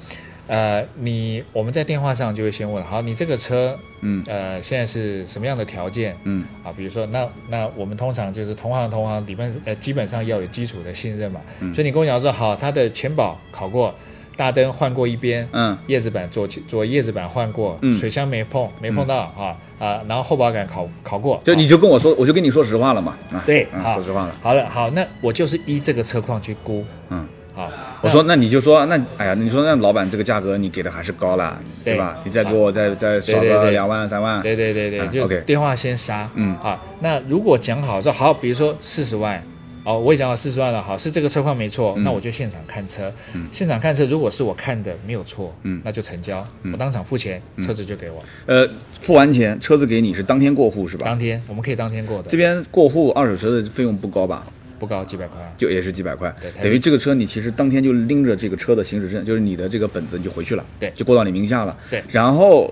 Speaker 3: 呃，你我们在电话上就会先问，好，你这个车，
Speaker 2: 嗯
Speaker 3: 呃，现在是什么样的条件？
Speaker 2: 嗯，
Speaker 3: 啊，比如说，那那我们通常就是同行同行，里面呃基本上要有基础的信任嘛。
Speaker 2: 嗯
Speaker 3: 所以你跟我讲说，好，它的前保考过，大灯换过一边，
Speaker 2: 嗯，
Speaker 3: 叶子板左左叶子板换过，
Speaker 2: 嗯
Speaker 3: 水箱没碰，没碰到啊啊，然后后保杆考考过，
Speaker 2: 就
Speaker 3: 啊
Speaker 2: 你就跟我说，我就跟你说实话了嘛。啊
Speaker 3: 对，
Speaker 2: 啊，
Speaker 3: 好
Speaker 2: 说实话了。
Speaker 3: 好了，好，那我就是依这个车况去估，
Speaker 2: 嗯，
Speaker 3: 好，
Speaker 2: 我说那你就说那哎呀，你说那老板这个价格你给的还是高了，
Speaker 3: 对
Speaker 2: 对吧？你再给我再再少
Speaker 3: 对对
Speaker 2: 个
Speaker 3: 对
Speaker 2: 两万三万，
Speaker 3: 对对对对，
Speaker 2: 啊
Speaker 3: 就
Speaker 2: OK
Speaker 3: 电话先杀。
Speaker 2: 嗯
Speaker 3: 啊，那如果讲好说好，比如说四十万，哦，我也讲好四十万了，好是这个车况没错，
Speaker 2: 嗯
Speaker 3: 那我就现场看车。现场看车，如果是我看的没有错，
Speaker 2: 嗯
Speaker 3: 那就成交，我当场付钱，车子就给我。
Speaker 2: 呃，付完钱车子给你是当天过户是吧
Speaker 3: 当？天我们可以当天过
Speaker 2: 这
Speaker 3: 的，
Speaker 2: 边过户二手车的费用不高吧？
Speaker 3: 不高几百块啊。
Speaker 2: 就也是几百块
Speaker 3: 对，台币
Speaker 2: 等于这个车你其实当天就拎着这个车的行驶证，就是你的这个本子你就回去了，
Speaker 3: 对
Speaker 2: 就过到你名下了，
Speaker 3: 对
Speaker 2: 然后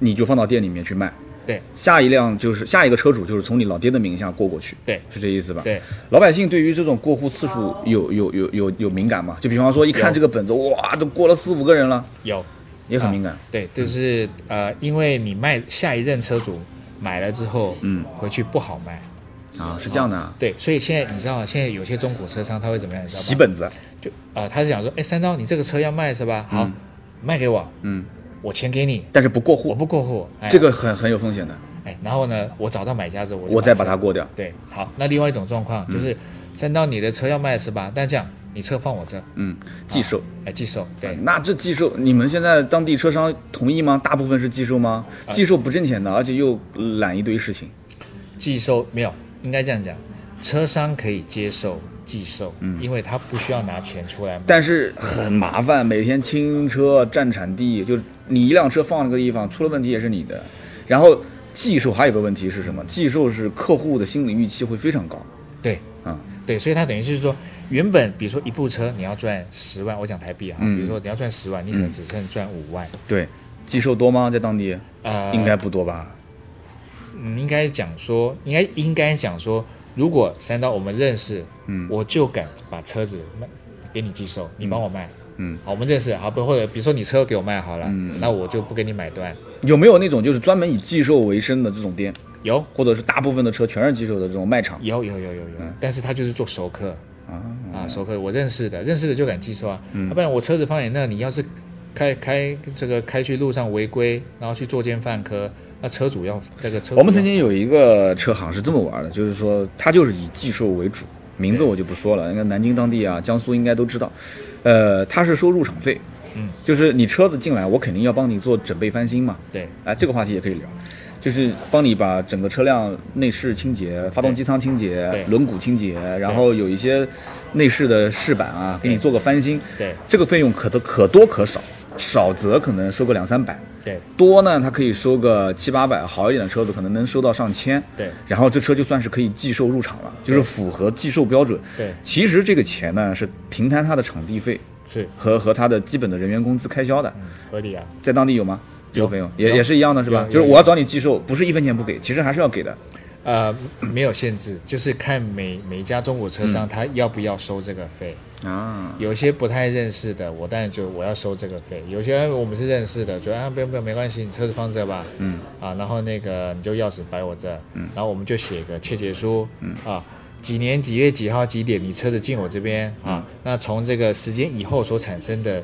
Speaker 2: 你就放到店里面去卖，
Speaker 3: 对
Speaker 2: 下一辆就是下一个车主就是从你老爹的名下过过去，
Speaker 3: 对
Speaker 2: 是这意思吧？
Speaker 3: 对，
Speaker 2: 老百姓对于这种过户次数有有有有有敏感吗？就比方说一看
Speaker 3: 有
Speaker 2: 这个本子，哇，都过了四五个人了，
Speaker 3: 有啊
Speaker 2: 也很敏感。嗯
Speaker 3: 对，就是呃，因为你卖下一任车主买了之后，
Speaker 2: 嗯，
Speaker 3: 回去不好卖。
Speaker 2: 啊，是这样的啊，
Speaker 3: 对，所以现在你知道，现在有些中古车商他会怎么样？你知道吗？
Speaker 2: 洗本子，
Speaker 3: 就呃，他是想说，哎，三刀，你这个车要卖是吧？好，卖给我，
Speaker 2: 嗯，
Speaker 3: 我钱给你，
Speaker 2: 但是不过
Speaker 3: 我
Speaker 2: 户，
Speaker 3: 不过户。哎、
Speaker 2: 这个很很有风险的，
Speaker 3: 哎，然后呢，我找到买家之后，我就
Speaker 2: 我再
Speaker 3: 车
Speaker 2: 把它嗯过掉。
Speaker 3: 对，好，那另外一种状况就是，三刀，你的车要卖是吧？但这样，你车放我这，
Speaker 2: 嗯，寄售，
Speaker 3: 哎，寄售，对，
Speaker 2: 那这寄售，你们现在当地车商同意吗？大部分是寄售吗？寄售不挣钱的，而且又揽一堆事情。
Speaker 3: 寄售没有，应该这样讲，车商可以接受寄售，嗯，因为他不需要拿钱出来买，
Speaker 2: 但是很麻烦，每天清车占产地，就你一辆车放那个地方，出了问题也是你的。然后技售还有个问题是什么？技售是客户的心理预期会非常高
Speaker 3: 对
Speaker 2: 啊、
Speaker 3: 对，所以他等于是说，原本比如说一部车你要赚十万，我讲台币哈，
Speaker 2: 嗯
Speaker 3: 比如说你要赚十万，你可能只剩赚五万，
Speaker 2: 对，技售多吗？在当地、
Speaker 3: 呃，
Speaker 2: 应该不多吧？
Speaker 3: 嗯，应该讲说，应该应该讲说，如果三刀我们认识，嗯，我就敢把车子卖给你寄售，你帮我卖，
Speaker 2: 嗯，
Speaker 3: 好，我们认识，好不，或者比如说你车给我卖好了，嗯，那我就不给你买断，
Speaker 2: 有没有那种就是专门以寄售为生的这种店，
Speaker 3: 有
Speaker 2: 或者是大部分的车全是寄售的这种卖场？
Speaker 3: 有有有有有，
Speaker 2: 嗯
Speaker 3: 但是他就是做熟客啊熟客，我认识的，认识的就敢寄售啊，
Speaker 2: 嗯
Speaker 3: 要不然我车子放你那，你要是开开这个开去路上违规，然后去作奸犯科，那车主要那个车主要，
Speaker 2: 我们曾经有一个车行是这么玩的，就是说它就是以寄售为主，名字我就不说了，应该南京当地啊、江苏应该都知道。呃，它是收入场费，
Speaker 3: 嗯，
Speaker 2: 就是你车子进来，我肯定要帮你做整备翻新嘛。
Speaker 3: 对
Speaker 2: 哎，这个话题也可以聊，就是帮你把整个车辆内饰清洁、发动机舱清洁
Speaker 3: 对、
Speaker 2: 轮毂清洁，然后有一些内饰的饰板啊，给你做个翻新。
Speaker 3: 对
Speaker 2: 这个费用可多可多可少，少则可能收个两三百，
Speaker 3: 对
Speaker 2: 多呢，它可以收个七八百，好一点的车子可能能收到上千。
Speaker 3: 对
Speaker 2: 然后这车就算是可以寄售入场了，就是符合寄售标准。
Speaker 3: 对
Speaker 2: 其实这个钱呢是平摊它的场地费
Speaker 3: 是
Speaker 2: 和和它的基本的人员工资开销的，
Speaker 3: 合理啊，
Speaker 2: 在当地有吗？这个费用也
Speaker 3: 有
Speaker 2: 也是一样的，是吧？
Speaker 3: 有
Speaker 2: 就是
Speaker 3: 有
Speaker 2: 我要找你寄售，不是一分钱不给，其实还是要给的。
Speaker 3: 呃，没有限制，就是看每每一家中国车
Speaker 2: 嗯
Speaker 3: 商他要不要收这个费。
Speaker 2: 啊，
Speaker 3: 有一些不太认识的，我当然就我要收这个费；有些我们是认识的，主要啊不用不用没关系，你车子放这吧，嗯啊，然后那个你就钥匙摆我这，嗯，然后我们就写个切结书，嗯啊。几年几月几号几点，你车子进我这边啊？那从这个时间以后所产生的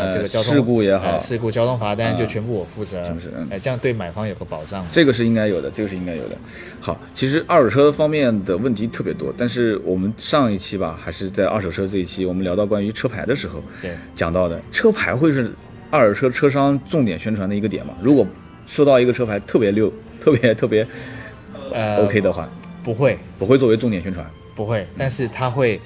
Speaker 2: 嗯呃
Speaker 3: 这个交通
Speaker 2: 事故也好啊
Speaker 3: 呃事故交通罚单就全部我负责，
Speaker 2: 全部是嗯
Speaker 3: 哎，这样对买方有个保障。
Speaker 2: 这个是应该有的，这个是应该有的。好，其实二手车方面的问题特别多，但是我们上一期吧，还是在二手车这一期，我们聊到关于车牌的时候，
Speaker 3: 对
Speaker 2: 讲到的，车牌会是二手车车商重点宣传的一个点嘛？如果收到一个车牌特别溜、特别特别
Speaker 3: 呃
Speaker 2: OK 的话，
Speaker 3: 不会，
Speaker 2: 不会作为重点宣传。
Speaker 3: 不会，但是他会，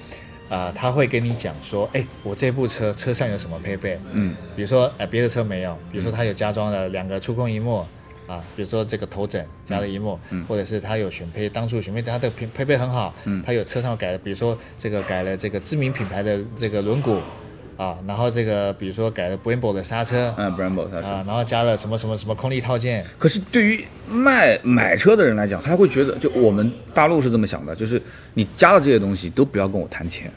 Speaker 3: 呃，他会跟你讲说，哎，我这部车车上有什么配备？
Speaker 2: 嗯，
Speaker 3: 比如说，呃，别的车没有，比如说它有加装了两个触控荧幕，啊，比如说这个头枕加了荧幕，
Speaker 2: 嗯
Speaker 3: 或者是它有选配，当初选配它的配配备很好，嗯，它有车上改了，比如说这个改了这个知名品牌的这个轮毂，啊，然后这个比如说改了 Brembo 的刹车，
Speaker 2: 嗯，Brembo 他说。
Speaker 3: 啊，然后加了什么什么什么空力套件，
Speaker 2: 可是对于卖买车的人来讲，他会觉得，就我们大陆是这么想的，就是你加了这些东西都不要跟我谈钱，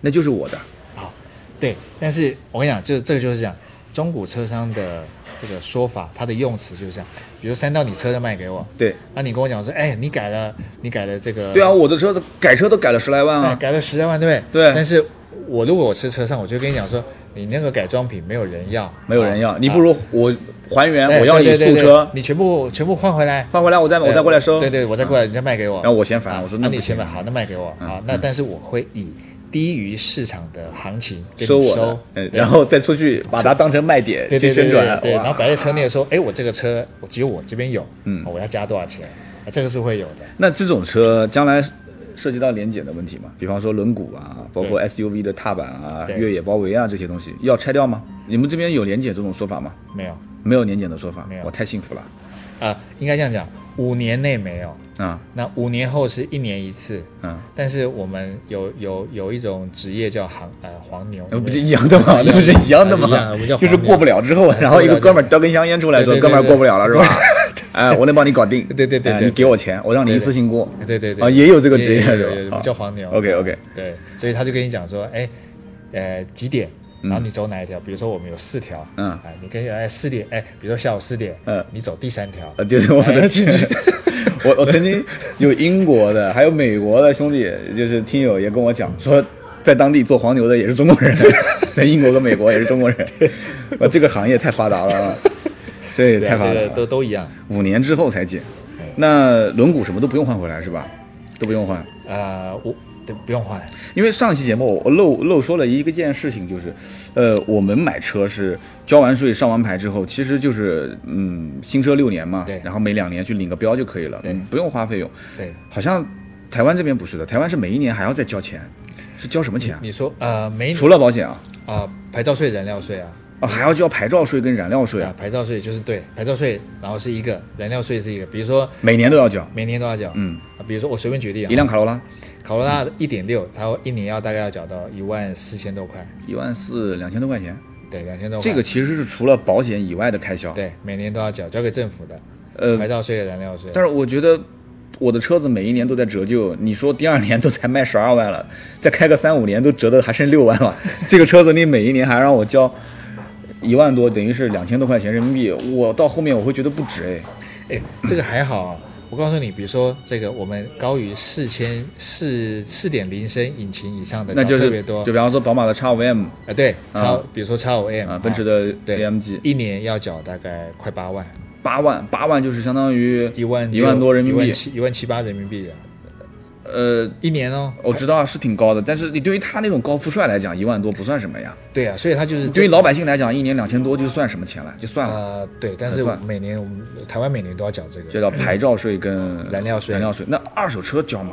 Speaker 2: 那就是我的。
Speaker 3: 好，对，但是我跟你讲，就是这个就是这样，中古车商的这个说法，它的用词就是这样。比如三到你车子卖给我，
Speaker 2: 对，
Speaker 3: 那、你跟我讲说，哎，你改了，你改了这个，
Speaker 2: 对啊，我的车子改车都改了十来万
Speaker 3: 哎，
Speaker 2: 啊。
Speaker 3: 改了十来万，对不对？
Speaker 2: 对
Speaker 3: 但是我如果我是车商，我就跟你讲说，你那个改装品没有人要，
Speaker 2: 没有人
Speaker 3: 啊
Speaker 2: 要，你不如我还原，
Speaker 3: 哎
Speaker 2: 我要你
Speaker 3: 对对
Speaker 2: 素
Speaker 3: 对
Speaker 2: 车
Speaker 3: 对你全部全部换回来，
Speaker 2: 换回来，我再我再过来收。啊
Speaker 3: 对对，我再过来，你再卖给我。
Speaker 2: 然后我嫌烦
Speaker 3: 啊
Speaker 2: 我说那
Speaker 3: 那
Speaker 2: 不
Speaker 3: 你嫌
Speaker 2: 行嗯
Speaker 3: 烦，好，那卖给我。好，那但是我会以低于市场的行情给你
Speaker 2: 收我
Speaker 3: 收
Speaker 2: 的，，嗯然后再出去把它当成卖点
Speaker 3: 对
Speaker 2: 去
Speaker 3: 对对
Speaker 2: 宣
Speaker 3: 对
Speaker 2: 传，
Speaker 3: 对，
Speaker 2: 哇
Speaker 3: 然后摆在车内的时候，哎，我这个车我只有我这边有，嗯，我要加多少钱？啊，这个是会有的。
Speaker 2: 那这种车将来涉及到联检的问题嘛？比方说轮毂啊，包括 SUV 的踏板啊、
Speaker 3: 对
Speaker 2: 越野包围啊这些东西，要拆掉吗？你们这边有联检这种说法吗？
Speaker 3: 没有，
Speaker 2: 没有年检的说法
Speaker 3: 没，有
Speaker 2: 我太幸福了
Speaker 3: 啊，应该这样讲，五年内没有，
Speaker 2: 啊
Speaker 3: 那五年后是一年一次。
Speaker 2: 啊！
Speaker 3: 但是我们有有有一种职业叫行呃黄牛，
Speaker 2: 哎那不就
Speaker 3: 对
Speaker 2: 一样的
Speaker 3: 哎
Speaker 2: 吗？那不是一样的
Speaker 3: [LAUGHS] 一样
Speaker 2: 吗
Speaker 3: 我们叫？
Speaker 2: 就是
Speaker 3: 黄牛
Speaker 2: 过不了之后，然后一个哥们儿叼根香烟出来说：“
Speaker 3: 对对对 [LAUGHS]
Speaker 2: 哥们儿过不了了，是吧？”哎，我能帮你搞定。
Speaker 3: 对对对
Speaker 2: 哎
Speaker 3: 对
Speaker 2: 你给我钱，我让你一次性过。
Speaker 3: 对哎对对
Speaker 2: 啊，也有这个职业
Speaker 3: 也有
Speaker 2: 是吧
Speaker 3: 有有
Speaker 2: 好
Speaker 3: 叫黄牛。
Speaker 2: OK OK，
Speaker 3: 对，所以他就跟你讲说，哎，呃，几点？然后你走哪一条？比如说我们有四条，
Speaker 2: 嗯
Speaker 3: 哎，你可以哎四点，哎，比如说下午四点，
Speaker 2: 嗯
Speaker 3: 你走第三条，
Speaker 2: 呃，就是我的
Speaker 3: 哎
Speaker 2: 天， [LAUGHS] 我我曾经有英国的，还有美国的兄弟，就是听友也跟我讲说，在当地做黄牛的也是中国
Speaker 3: [LAUGHS]
Speaker 2: 人，在英国跟美国也是中国人，啊，这个行业太发达了啊，所以
Speaker 3: 对
Speaker 2: 太
Speaker 3: 啊
Speaker 2: 发达
Speaker 3: 这个
Speaker 2: 了
Speaker 3: 都，哎都一样。
Speaker 2: 五年之后才减，那轮毂什么都不用换回来是吧？都不用换，
Speaker 3: 呃，我对不用换，
Speaker 2: 因为上期节目我我漏漏说了一个件事情，就是，呃，我们买车是交完税、上完牌之后，其实就是嗯，新车六年嘛
Speaker 3: 对，
Speaker 2: 然后每两年去领个标就可以了，嗯不用花费用。
Speaker 3: 对，
Speaker 2: 好像台湾这边不是的，台湾是每一年还要再交钱，是交什么钱啊？
Speaker 3: 你说呃每
Speaker 2: 除了保险啊，
Speaker 3: 啊牌照税、燃料税啊，
Speaker 2: 啊还要交牌照税跟燃料税
Speaker 3: 啊
Speaker 2: 啊，
Speaker 3: 牌照税就是对牌照税，然后是一个燃料税是一个，比如说
Speaker 2: 每年都要交。
Speaker 3: 每年都要缴，嗯，比如说我随便举例啊，
Speaker 2: 一辆卡罗拉
Speaker 3: 卡罗拉一点六，它一年要大概要缴到一万四千多块，
Speaker 2: 一万四两千多块钱，
Speaker 3: 对，两千多块，
Speaker 2: 这个其实是除了保险以外的开销。，
Speaker 3: 对每年都要缴，交给政府的，
Speaker 2: 呃
Speaker 3: 牌照税、燃料税，
Speaker 2: 但是我觉得我的车子每一年都在折旧，你说第二年都才卖十二万了， [LAUGHS] 再开个三五年都折的还剩六万了， [LAUGHS] 这个车子你每一年还让我交一万多，等于是两千多块钱人民币，我到后面我会觉得不值哎。
Speaker 3: 哎，这个还好啊。我告诉你，比如说这个，我们高于四千四四点零升引擎以上的，
Speaker 2: 那就
Speaker 3: 特
Speaker 2: 是
Speaker 3: 别多。
Speaker 2: 就比方说宝马的 X 五 M
Speaker 3: 啊，对，超、
Speaker 2: 啊
Speaker 3: 比如说超 O M
Speaker 2: 啊，奔驰的
Speaker 3: 对
Speaker 2: AMG
Speaker 3: 一年要缴大概快八万，
Speaker 2: 八万，八万就是相当于
Speaker 3: 一万
Speaker 2: 一万多人民
Speaker 3: 一万
Speaker 2: 币，
Speaker 3: 七一万七八人民币啊，
Speaker 2: 呃。
Speaker 3: 一年哦。
Speaker 2: 我知道是挺高的，但是你对于他那种高富帅来讲，一万多不算什么呀。
Speaker 3: 对啊，所以它就是
Speaker 2: 对于
Speaker 3: 这
Speaker 2: 老百姓来讲，一年两千多就算什么钱了，就算了。
Speaker 3: 呃对，但是
Speaker 2: 算
Speaker 3: 每年我们台湾每年都要缴这
Speaker 2: 这叫
Speaker 3: 个，
Speaker 2: 牌照税跟
Speaker 3: 燃料税
Speaker 2: 燃料税，那二手车交吗？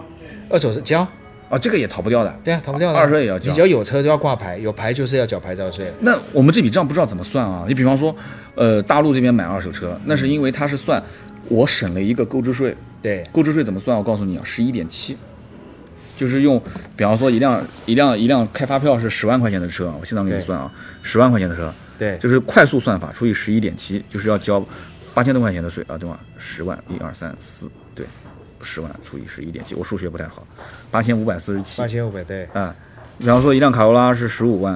Speaker 3: 二手是交，
Speaker 2: 啊，这个也逃不掉的。
Speaker 3: 对啊，逃不掉的。
Speaker 2: 二手也要交
Speaker 3: 你只要有车就要挂牌，有牌就是要缴牌照税。
Speaker 2: 那我们这笔账不知道怎么算啊？你比方说，呃，大陆这边买二手车，那是因为它是算我省了一个购置税，
Speaker 3: 对，
Speaker 2: 购置税怎么算？我告诉你啊，十一点七，就是用，比方说一辆一辆一辆开发票是十万块钱的车，我现在给你
Speaker 3: 对
Speaker 2: 算啊，十万块钱的车，
Speaker 3: 对
Speaker 2: 就是快速算法除以十一点七，就是要交八千多块钱的税啊，对吧？十万，一二三四，对，十万除以十一点七，我数学不太好，八千五百四十七
Speaker 3: 八，千五百对，
Speaker 2: 啊，比方说一辆卡罗拉是十五万，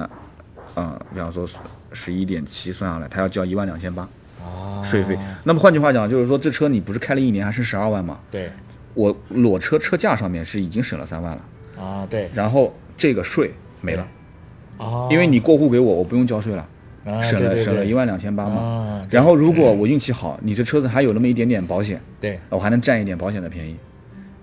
Speaker 2: 啊，比方说十一点七算下来，他要交一万两千八
Speaker 3: 啊，
Speaker 2: 税费。那么换句话讲，就是说这车你不是开了一年还剩十二万吗？
Speaker 3: 对，
Speaker 2: 我裸车车价上面是已经省了三万了，
Speaker 3: 啊对，
Speaker 2: 然后这个税没了，
Speaker 3: 啊，
Speaker 2: 因为你过户给我，我不用交税了。
Speaker 3: 啊
Speaker 2: 省了
Speaker 3: 对对
Speaker 2: 省了
Speaker 3: 对
Speaker 2: 一万两千八嘛
Speaker 3: 啊，
Speaker 2: 然后如果我运气好，你这车子还有那么一点点保险，
Speaker 3: 哦对
Speaker 2: 我还能占一点保险的便宜。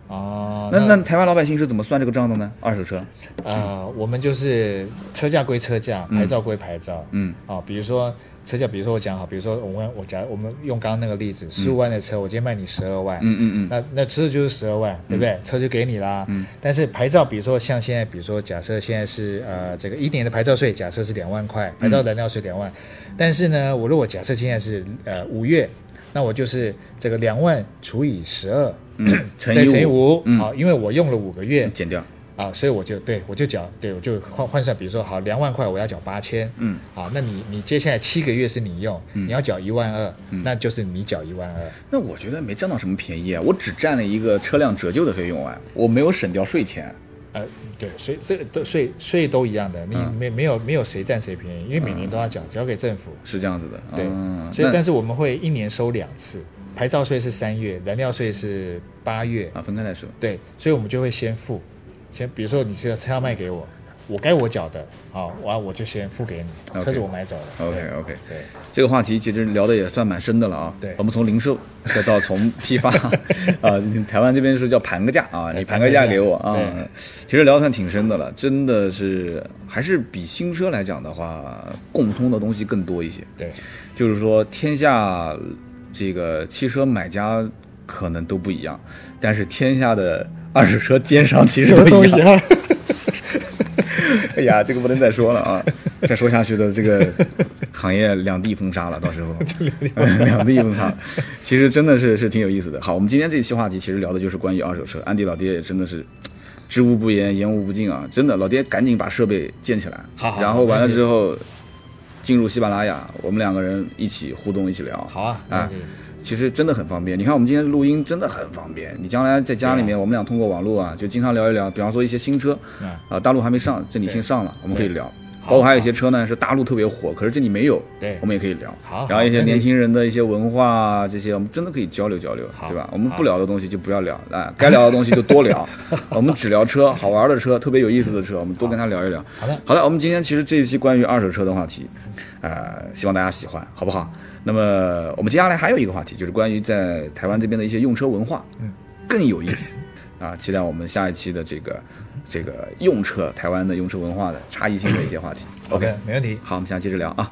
Speaker 3: 啊，
Speaker 2: 那那台湾老百姓是怎么算这个账的呢？二手车，
Speaker 3: 呃，我们就是车价归车价，牌照归牌照。
Speaker 2: 嗯，
Speaker 3: 啊，比如说车价，比如说我讲好，比如说我们我讲我们用刚刚那个例子，十五万的车，我今天卖你十二万，
Speaker 2: 嗯嗯
Speaker 3: 那那车就是十二万，对不对？车就给你啦。嗯，但是牌照，比如说像现在，比如说假设现在是呃这个一年的牌照税，假设是两万块，牌照
Speaker 2: 嗯
Speaker 3: 燃料税两万，但是呢，我如果假设现在是呃五月，那我就是这个两万除以十二、
Speaker 2: 嗯乘
Speaker 3: [COUGHS] 再
Speaker 2: 以
Speaker 3: 乘以五，
Speaker 2: 嗯
Speaker 3: 好，因为我用了五个月
Speaker 2: 嗯，，减掉。
Speaker 3: 啊，所以我就对我就缴，对我就换换算，比如说好两万块，我要缴八千，嗯，好，那你你接下来七个月是你用，
Speaker 2: 嗯
Speaker 3: 你要缴一万二，那就是你缴一万二，
Speaker 2: 那我觉得没占到什么便宜啊，我只占了一个车辆折旧的费用啊，我没有省掉税钱。
Speaker 3: 呃，对，所以这个都税税都一样的，你
Speaker 2: 嗯
Speaker 3: 没没有没有谁占谁便宜，因为每年都要缴，交给政府，
Speaker 2: 是这样子的，
Speaker 3: 对，
Speaker 2: 嗯、
Speaker 3: 所以
Speaker 2: 那
Speaker 3: 但是我们会一年收两次，牌照税是三月，燃料税是八月，
Speaker 2: 啊，分开来说，
Speaker 3: 对，所以我们就会先付，先比如说你车车要卖给我，我该我缴的，好，我我就先付给你，
Speaker 2: OK
Speaker 3: 车子我买走了
Speaker 2: OK OK，
Speaker 3: 对。对
Speaker 2: 这个话题其实聊的也算蛮深的了啊。
Speaker 3: 对
Speaker 2: 我们从零售再到从批
Speaker 3: [LAUGHS]
Speaker 2: 发，啊，台湾这边是叫盘个价啊，你盘个价给我啊
Speaker 3: 哎盘个价对。
Speaker 2: 其实聊得算挺深的了，真的是还是比新车来讲的话，共通的东西更多一些。
Speaker 3: [LAUGHS] 对，
Speaker 2: 就是说天下这个汽车买家可能都不一样，但是天下的二手车奸商其实都一样。
Speaker 3: 样。
Speaker 2: [LAUGHS] 哎呀，这个不能再说了啊！ [LAUGHS] 再说下去的这个行业两地封杀了，到时 [LAUGHS] 候两地封杀，其实真的是是挺有意思的。好，我们今天这一期话题其实聊的就是关于二手车。安迪老爹也真的是知无不言，言无不尽啊！真的，老爹赶紧把设备建起来，
Speaker 3: 好好好
Speaker 2: 然后完了之后进入喜马拉雅，我们两个人一起互动，一起聊。
Speaker 3: [LAUGHS] 好啊没问
Speaker 2: 啊
Speaker 3: 题！
Speaker 2: 其实真的很方便。你看我们今天录音真的很方便，你将来在家里面，我们俩通过网络啊，就经常聊一聊，比方说一些新车，
Speaker 3: 啊
Speaker 2: 啊，大陆还没上，这里先上了，我们可以聊。包括还有一些车呢是大陆特别火，可是这里没有，
Speaker 3: 对
Speaker 2: 我们也可以聊。
Speaker 3: 好
Speaker 2: 然后
Speaker 3: 好
Speaker 2: 一些
Speaker 3: 那
Speaker 2: 年
Speaker 3: 你
Speaker 2: 轻人的一些文化啊，这些我们真的可以交流交流，
Speaker 3: 好
Speaker 2: 对吧？我们不聊的东西就不要聊，
Speaker 3: [LAUGHS]
Speaker 2: 哎，该聊的东西就多聊。我们只聊车，好玩的车，特别有意思的车，我们多跟他聊一聊。
Speaker 3: 好的，
Speaker 2: 好的，我们今天其实这一期关于二手车的话题，呃，希望大家喜欢，好不好？那么我们接下来还有一个话题，就是关于在台湾这边的一些用车文化，嗯，更有意思啊！期待我们下一期的这个这个用车台湾的用车文化的差异性的一些话题。
Speaker 3: OK，没问题。
Speaker 2: 好，我们下期接着聊啊。